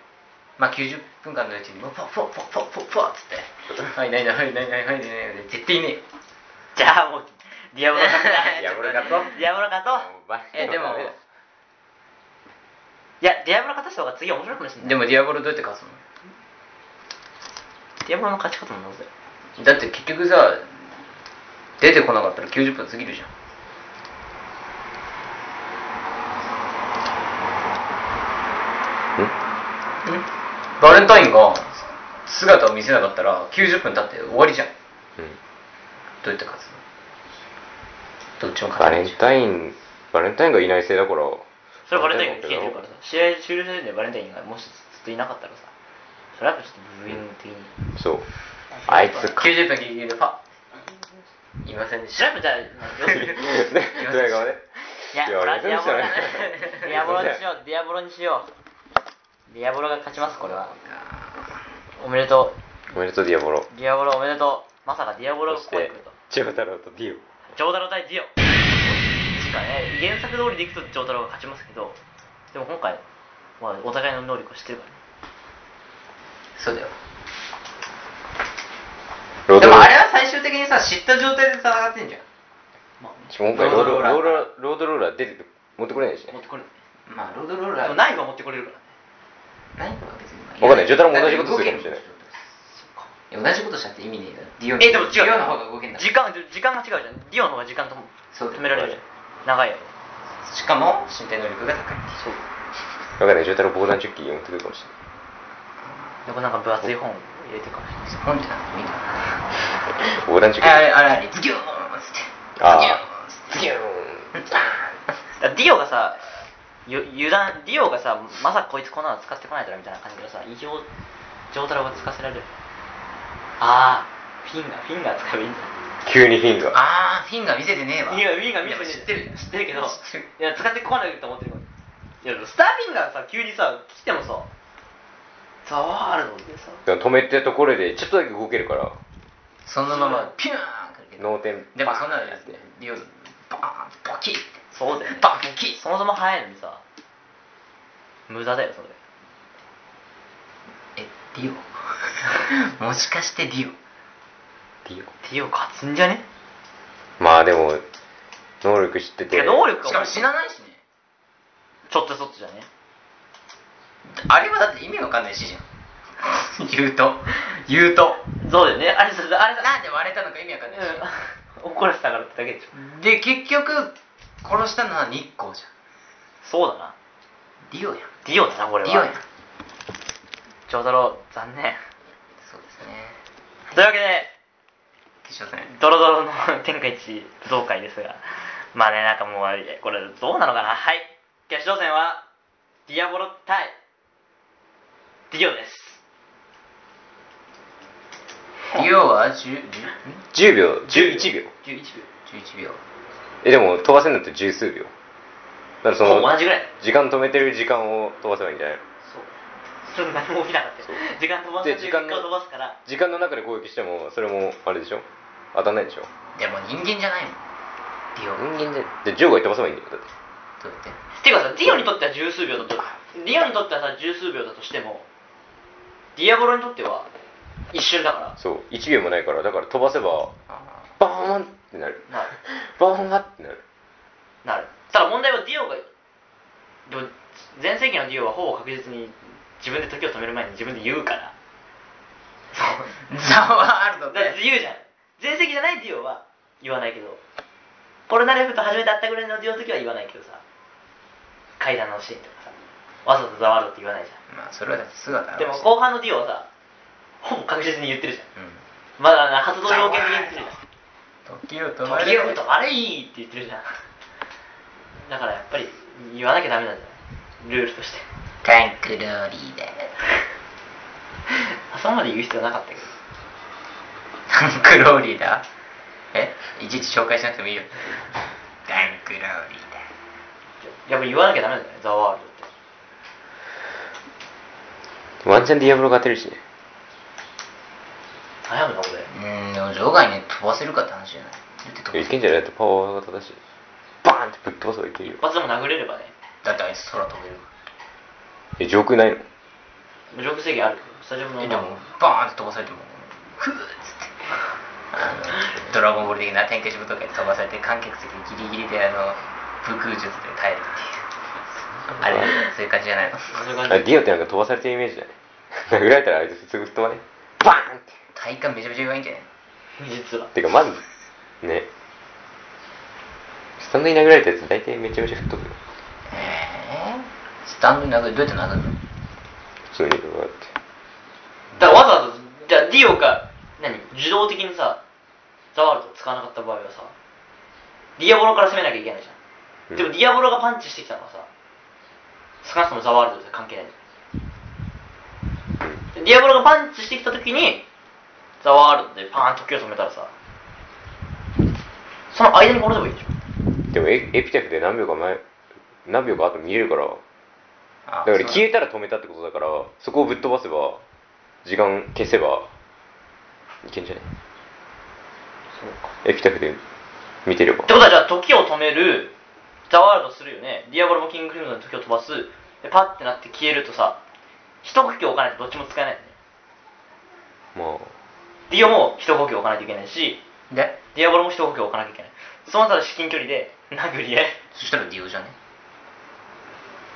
まあ90分間のうちにもうポッポッポッポッポッポッつって「 はいないないはいないないはいないないない」絶対いねえよ
じゃあもうディアボロ勝と
ディアボロ勝と
うディアボロ勝とう
えでも
いやディアボロ勝たした方が次面白いかもしれない
でもディアボロどうやって勝つの
ディアボロの勝ち方もなぜ
だって結局さ出てこなかったら90分過ぎるじゃん
ん
うんバレンタインが姿を見せなかったら90分経って終わりじゃん
うん
どういった活動どっちも
バ
活動
レンタインバレンタインがいないせいだから
それバレンタインが消えてるからさ試合終了時点でバレンタインがもしずっといなかったらさそれはやっぱちょっとブーイング的に
そうあいつ か
90分ギリギリでパッいませんでし
調
た
べたら要するに
ドヤ顔ね
いや、
い
い
や
や
俺
ディアボロだね
そうじゃない
ディアボロにしよう、ディアボロにしよう。ディアボロが勝ちます、これは。おめでと
おめでとうディアボロ
う。ディアボロおめでとう。まさかディアボロ
そ
がこ
し
こに
て
来ると。
千代太郎とディオ
ジョータロ対ディオ。しかね、原作通りでいくとジョータロが勝ちますけど、でも今回、まあ、お互いの能力を知ってるからね。
そうだよ
ロー
で
ドロ
も
ー
あれは最終的にさ知った状態で戦ってんじゃん
まあ、ね、
しかも今回ロードローラー
ロ
ロ
ー
ー
ド
ド
ロ
ローロードローラー出て持ってこれないしね
持ってこれる。
まあロードロー
で
ラ
も
ー
ナイフは持ってこれるからね。
ないのは別にまあ
わかんないジョタロも同じことするかもしれない
いや同じことしたって意味ねえだろディオン
え、でも違う。
ディオンの方が動けんだ
時間、時間が違うじゃん。ディオの方が時間とも
そう
止
だよ
められるじゃん。長いやろ。
しかも身体能力が高い
そう。
わかんないジョタロ防弾チョッキ持ってくるかもしれ
でもなんか分厚い本を入れてるかもしれない。
本じゃなくてもいいんだ
ない防弾チョッキ
あれあれあれズギョーンっつって
あ
ズギョーンっつって
だからディオがさゆ油断ディオがさまさかこいつこんなの使ってこないだろみたいな感じでさ異常ジョータロが使わせられるああフィンガーフィンガー使えばいいんだ
急にフィンが
あーフィンガー見せてねえわ
いやフィンガー見せてね
知ってる
知ってるけど
知ってる
いや使ってこないと思ってるからいやスターフィンガーさ急にさ来てもさザワールドでさ
止めてところでちょっとだけ動けるから
そのままピューン来るけど
脳天
でもそんなの
バーン
や
っ
つ
て
でリオバーンボキッ
そうだよね
バンボキッ
そもそも早いのにさ無駄だよそれ
えディオ もしかしてディオ
ディ
ディオ勝つんじゃね
オまあでも能力知って
て
て
か能力
し
が
かも死なないしね
ちょっとそっとじゃね
あれはだって意味わかんないしじゃん言うと言うと
そうだよねあれさあれさ
なんで割れたのか意味わかんないし、
うん 怒らせたからってだけでしょ
で結局殺したのは日光じゃん
そうだな
ディオやん
ディオだなこれ
デ
は
ィオやん
長太郎残念
そうですね
というわけで
決勝戦
ドロドロの天下一武道会ですがまあねなんかもうあれこれどうなのかなはい決勝戦はディアボロ対ディオです
ディオは10
10秒11秒
11秒
11秒
えでも飛ばせんだって十数秒だからそ
ほ
の
ぼ同じぐらいだ
時間止めてる時間を飛ばせばいいんじゃないの
そうち ょっと何も起きなかったよ時間飛ばす
で
時
時
間
間の
飛ばすから
時間の中で攻撃してもそれもあれでしょ当たんないでしょ
でも人間じゃないもんディオ
人間じゃで10号飛ばせばいいんだよだって
どうやって
ていうかさディオにとっては十数秒だとディオにとってはさ十数秒だとしてもディアボロにとっては一瞬だから
そう1秒もないからだから飛ばせば
あ
バーンってなる
なる
バーンってなる
なるただ問題はディオがでも前世紀のディオはほぼ確実に自分で時を止める前に自分で言うからそう
ーザワールド
だって
で
言うじゃん前世紀じゃないディオは言わないけどポルナレフと初めて会ったぐらいのディオの時は言わないけどさ階段のシーンとかさわざとざわるって言わないじゃん
まあそれはだって姿現
でも
して
後半のディオはさほぼ確実に言ってるじゃん
うん
まだな発動要件的に言ってるじゃん
時を
「
止め
時
る
を止まれいい!」って言ってるじゃんだからやっぱり言わなきゃダメなんじゃないルールとして
タンクローリーで
あそこまで言う必要なかったけど
タンクローリーだえいちいち紹介しなくてもいいよタンクローリーだ
やっぱ言わなきゃダメなんじゃないザワールドって
ワンチャンディアブロが当てるしね
悩むなこれ
うーんでも場外に飛ばせるかって話じゃないだって飛ば
い
せ
けんじゃないだってパワーが正しいバーンってぶっ飛ばせばいけるよ
一発でも殴れればね
だってあいつ空飛べるか
え上空ないの
無力制限あるスタジアム
ら
の
えでもバーンって飛ばされてもふーっつってあのドラゴンボール的な天下一武道会で飛ばされて観客席ギリギリであの武空術で耐えるっていうあれそういう感じじゃないの
そういう
あ
感
デ
じ
ィオってなんか飛ばされてるイメージだね 殴られたらあいつすぐ吹っ飛ばねバーンって
体感めちゃめちゃ弱いんじゃない
実は
てかまずねスタンドに殴られたやつ大体めちゃめちゃ吹っ飛ぶよ
えー、スタンドに殴るどうやって殴るの
普通にこうやって
ディオが何自動的にさザワールドを使わなかった場合はさディアボロから攻めなきゃいけないじゃん、でもディアボロがパンチしてきたのはさ少なくともザワールドと関係ないじゃんでディアボロがパンチしてきた時にザワールドでパーンと時を止めたらさその間に殺せばいいじゃん
でもエエピテフで何秒か前何秒か後見えるから
あ
だから消
え
えたら止めたってことだからそこをぶっ飛ばせば時間消せばいけんじゃね
そうか
エピタフで見てれば
ってことはじゃあ時を止めるザワールドするよねディアボロもキングフィルムの時を飛ばすでパッてなって消えるとさ一呼吸置かないとどっちも使えないよね
まあ
ディオも一呼吸置かないといけないし
で
ディアボロも一呼吸置かなきゃいけないその後は至近距離で殴り合い
そしたらディオじゃね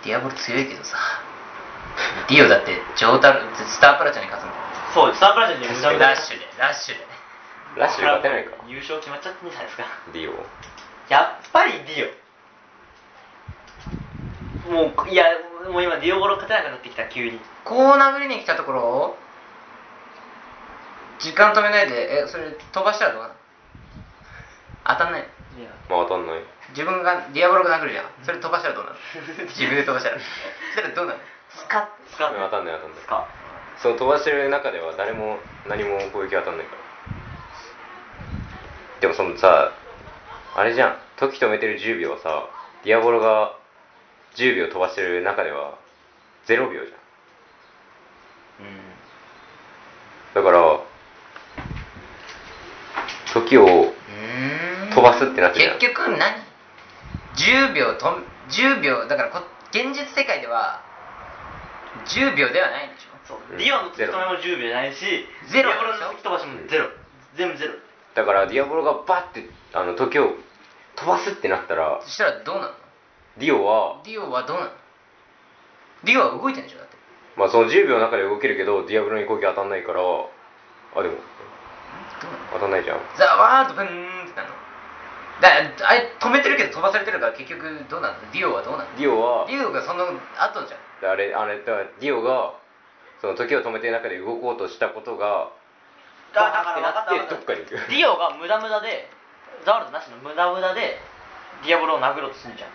ディアボロ強いけどさディオだってジョータルスタープラチャに勝つもん
そうスタープラジオに無駄
ラッシュでラッシュで
ラッシュ勝てないか
優勝決まっちゃってんじゃないですか
ディオ
やっぱりディオもういやもう今ディオボロ勝てなくなってきた急に
こう殴りに来たところを時間止めないでえそれ飛ばしたらどうなの当たんない
いや
まあ当たんない
自分がディアボロが殴るじゃんそれ飛ばしたらどうなの自分で飛ばしたらそしたらどうなの
スカッスカ
うん当たん
ね
ない当たんない
スカ
その飛ばしてる中では誰も何も攻撃当たんないからでもそのさあれじゃん時止めてる10秒はさディアボロが10秒飛ばしてる中では0秒じゃん
うん
だから時を
うーん
飛ばすってなってるやん
結局何10秒とん10秒だからこ現実世界では10秒ではないんでしょ
そう
うん
リオの突き止めも10秒じゃないし
ゼロ
ディアボロの突き飛ばしもゼロ全部ゼロ
だからディアボロがバッてあの時を飛ばすってなったら
そしたらどうなの
ディオは、
ディオはどうなのディオは動いてるんでしょだって
まあ、その10秒の中で動けるけどディアボロに攻撃当たんないからあでも
どうなの
当たんないじゃん
ザワールドブーンってなるのだあれ止めてるけど飛ばされてるから結局どうなのディオはどうなの
ディオは
ディオがその後じゃん
あれあれだからディオがその時を止めてる中で動こうとしたことが
だだから分かった分
バッ
か
てど
っ
っかに行く
たディオが無駄無駄でザワールドなしの無駄無駄でディアボロを殴ろうとするじゃん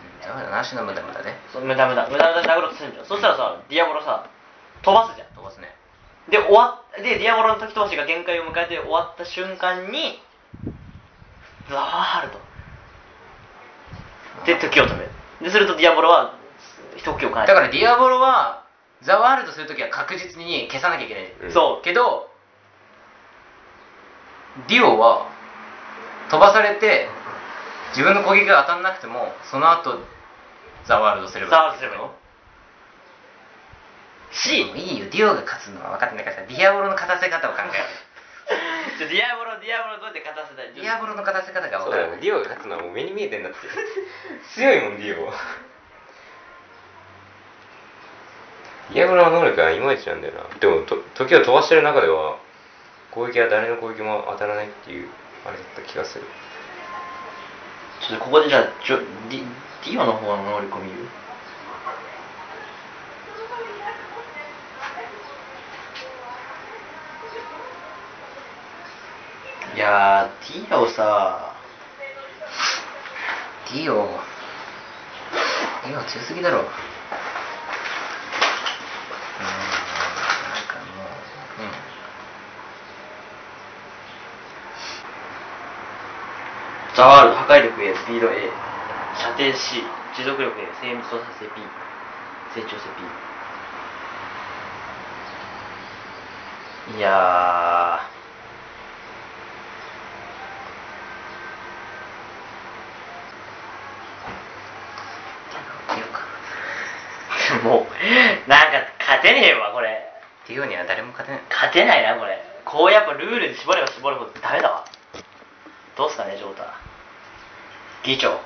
うんだからなしの無駄無駄ね
そう無駄無駄無駄無駄で殴ろうとするじゃんそしたらさディアボロさ飛ばすじゃん
飛ばすね
で終わっでディアボロの時飛ばしが限界を迎えて終わった瞬間にザワールドで時を止めるでするとディアボロは一呼吸を変え
だからディアボロはザワールドするときは確実に消さなきゃいけない、
うん
そう
けどディオは飛ばされて自分の攻撃が当たんなくてもその後ザワールドすれば
ザワールドすればいい
しいいよディオが勝つのは分かってないからディアボロの勝たせ方を考え
ちょディアボロディアボロどうやって勝たせたい
るディアボロの勝たせ方が
そ
分からな
うだよね
い
ディオが勝つのはもう目に見えてんだ って強いもんディオはディアブロの能力はいまいちなんだよなでもと時を飛ばしてる中では攻撃は誰の攻撃も当たらないっていうあれだった気がする
ちょっとここでじゃあちょディディオの方の能力を見るいやーディオさ
ディオディオ強すぎだろうーんなんかもううん
ザワールド破壊力 A スピード A 射程 C 持続力 A 精密操作性 B 成長性 B いや
ディオか
ーもうなんか勝てねえわこれ
ディオには誰も勝てない
勝てないなこれこうやっぱルールで絞れば絞るほどダメだわどうすかねジョータ議長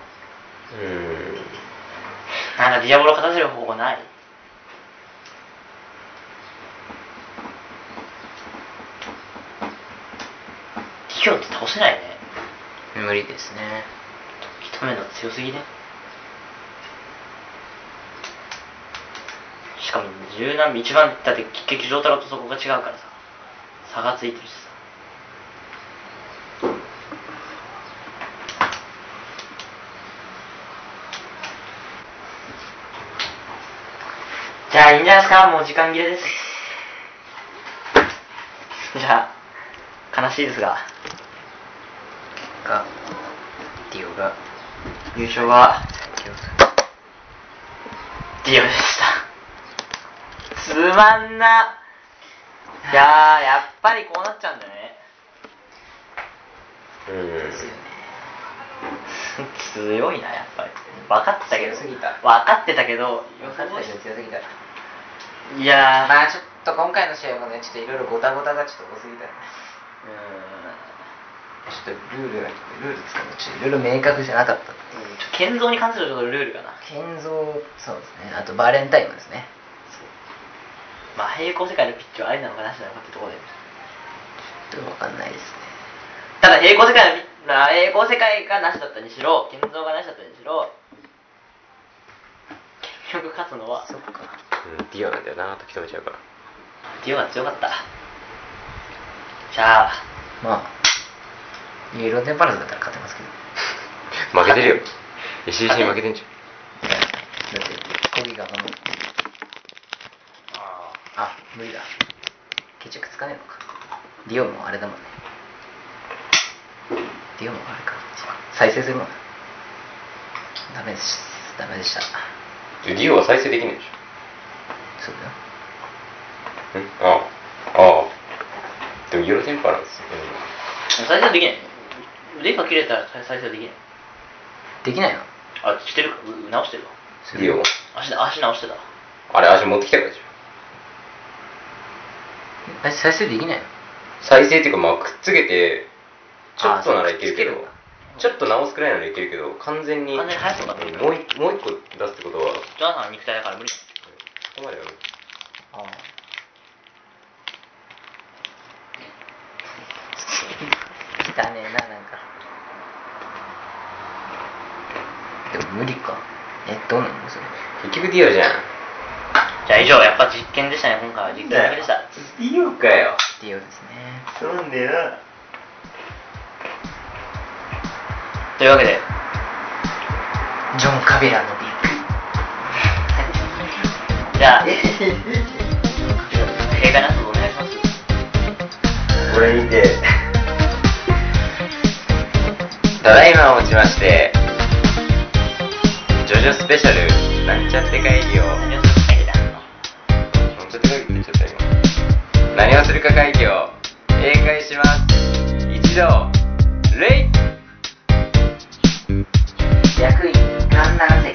うん
なんかディアボロ勝たせる方法ない企業って倒せないね
無理ですね
一目の強すぎねしかも柔軟一番だって結局丈太郎とそこが違うからさ差がついてるしさじゃあいいんじゃないですかもう時間切れですじゃあ悲しいですが
結果ディオが
優勝は
ディオさん
ディオでしたつまんないやーやっぱりこうなっちゃうんだね
うん
ですよね
強いなやっぱり分かってたけど
強すぎた
分かってたけど
予算対象強すぎた
いやー
まあちょっと今回の試合もねちょっといろいろごたごたがちょっと多すぎたねちょっとルールがルール使うのちょっといろいろ明確じゃなかった
うーんうんちょ建造に関するちょっとルールがな
建造そうですねあとバレンタインもですね
まあ平行世界のピッチはありなのかなしなのかってところで
ちょっと分かんないですね
ただ平行世界のピッまあ平行世界がなしだったにしろ建造がなしだったにしろ結局勝つのは
そっか
うんディオなんだよな時止めちゃうから
ディオが強かったじゃあ
まあイエローテンパルスだったら勝てますけど
負けてるよ石井さんに負けてんじ
いやだってコギがこのあ無理だ決着つかねえのかディオもあれだもんねディオもあれか再生するもんなダメですダメでした
ゃんディオは再生できないでし
そうだよ
ょんああああでもユーロテンパランス、
再生できない腕が切れたら再生できない
できないの
あしてるかう直してるわ
うん、ディオは
足だ足直してたわ
あれ足持ってきたからでしょ
え再生できないの
再生っていうかまあくっつけてちょっとならいけるけ
あーそう
ど
くっ
ちょっと直すくらいならいけるけど完全に
完全に速くなってる
もう一もう一個出すってことはこ
ジョナサンは肉体だから無理
こまでは
ああ 汚ねえななんかでも無理かえどうなのそれ
結局ディオじゃん
じゃあ以上やっぱ実験でしたね今回は実験だけでした
ディオかよ
ディオですね
そうなんだよな
というわけで
ジョン・カビラのビッグ
じ ゃあ正解なすお願いします
これにてただいまをもちましてジョジョスペシャルなんちゃって会議を
皆さん書いてた
なんちゃって会議って言っちゃったよ今何をするか会議を閉会します一同レイ
役員観覧席